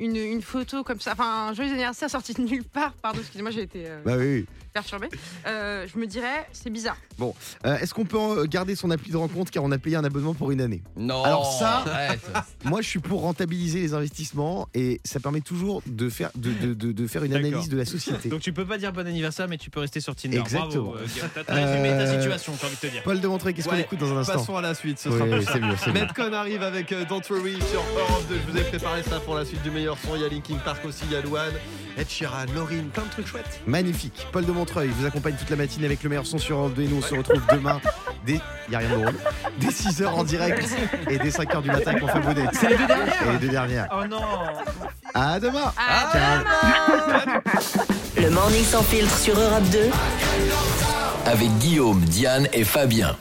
S6: une, une photo comme ça. Enfin, un joyeux anniversaire sorti de nulle part. Pardon, excusez-moi, j'ai été euh,
S4: Bah oui. oui.
S6: perturbée. Euh, je me dirais, c'est bizarre.
S4: Euh, Est-ce qu'on peut en- garder son appli de rencontre car on a payé un abonnement pour une année
S5: Non.
S4: Alors ça-
S5: arrête.
S4: Moi, je suis pour rentabiliser les investissements et ça permet toujours de faire de, de- de- de faire une
S3: D'accord.
S4: analyse de la société.
S3: Donc tu peux pas dire bon anniversaire, mais tu peux rester sur Tinder.
S4: Exactement.
S3: Bravo, euh, Guillaume, t'as t'as résumé
S4: Euh,
S3: ta situation, j'ai envie de te dire.
S4: Paul de Montreuil, qu'est-ce qu'on
S11: Ouais,
S4: écoute dans un instant
S11: Passons à la suite. Ce
S4: Oui,
S11: sera
S4: oui, c'est mieux, c'est mieux.
S11: Metcon arrive avec euh, Don't Worry sur Europe 2. Je vous ai préparé ça pour la suite du meilleur son. Il y a Linkin Park aussi, il y a Luan, Ed Sheeran, Lauryn, plein de trucs chouettes.
S4: Magnifique. Paul de Montreuil vous accompagne toute la matinée avec le meilleur son sur Europe 2 et nous on se retrouve demain dès y a rien de drôle. Dès 6h en direct et dès 5h du matin avec mon femme Baudet.
S3: C'est les deux dernières
S4: Et les deux dernières.
S3: Oh non
S4: À demain.
S6: Ah,
S4: Ciao.
S1: Le Morning sans filtre sur Europe 2.
S2: Avec Guillaume, Diane et Fabien.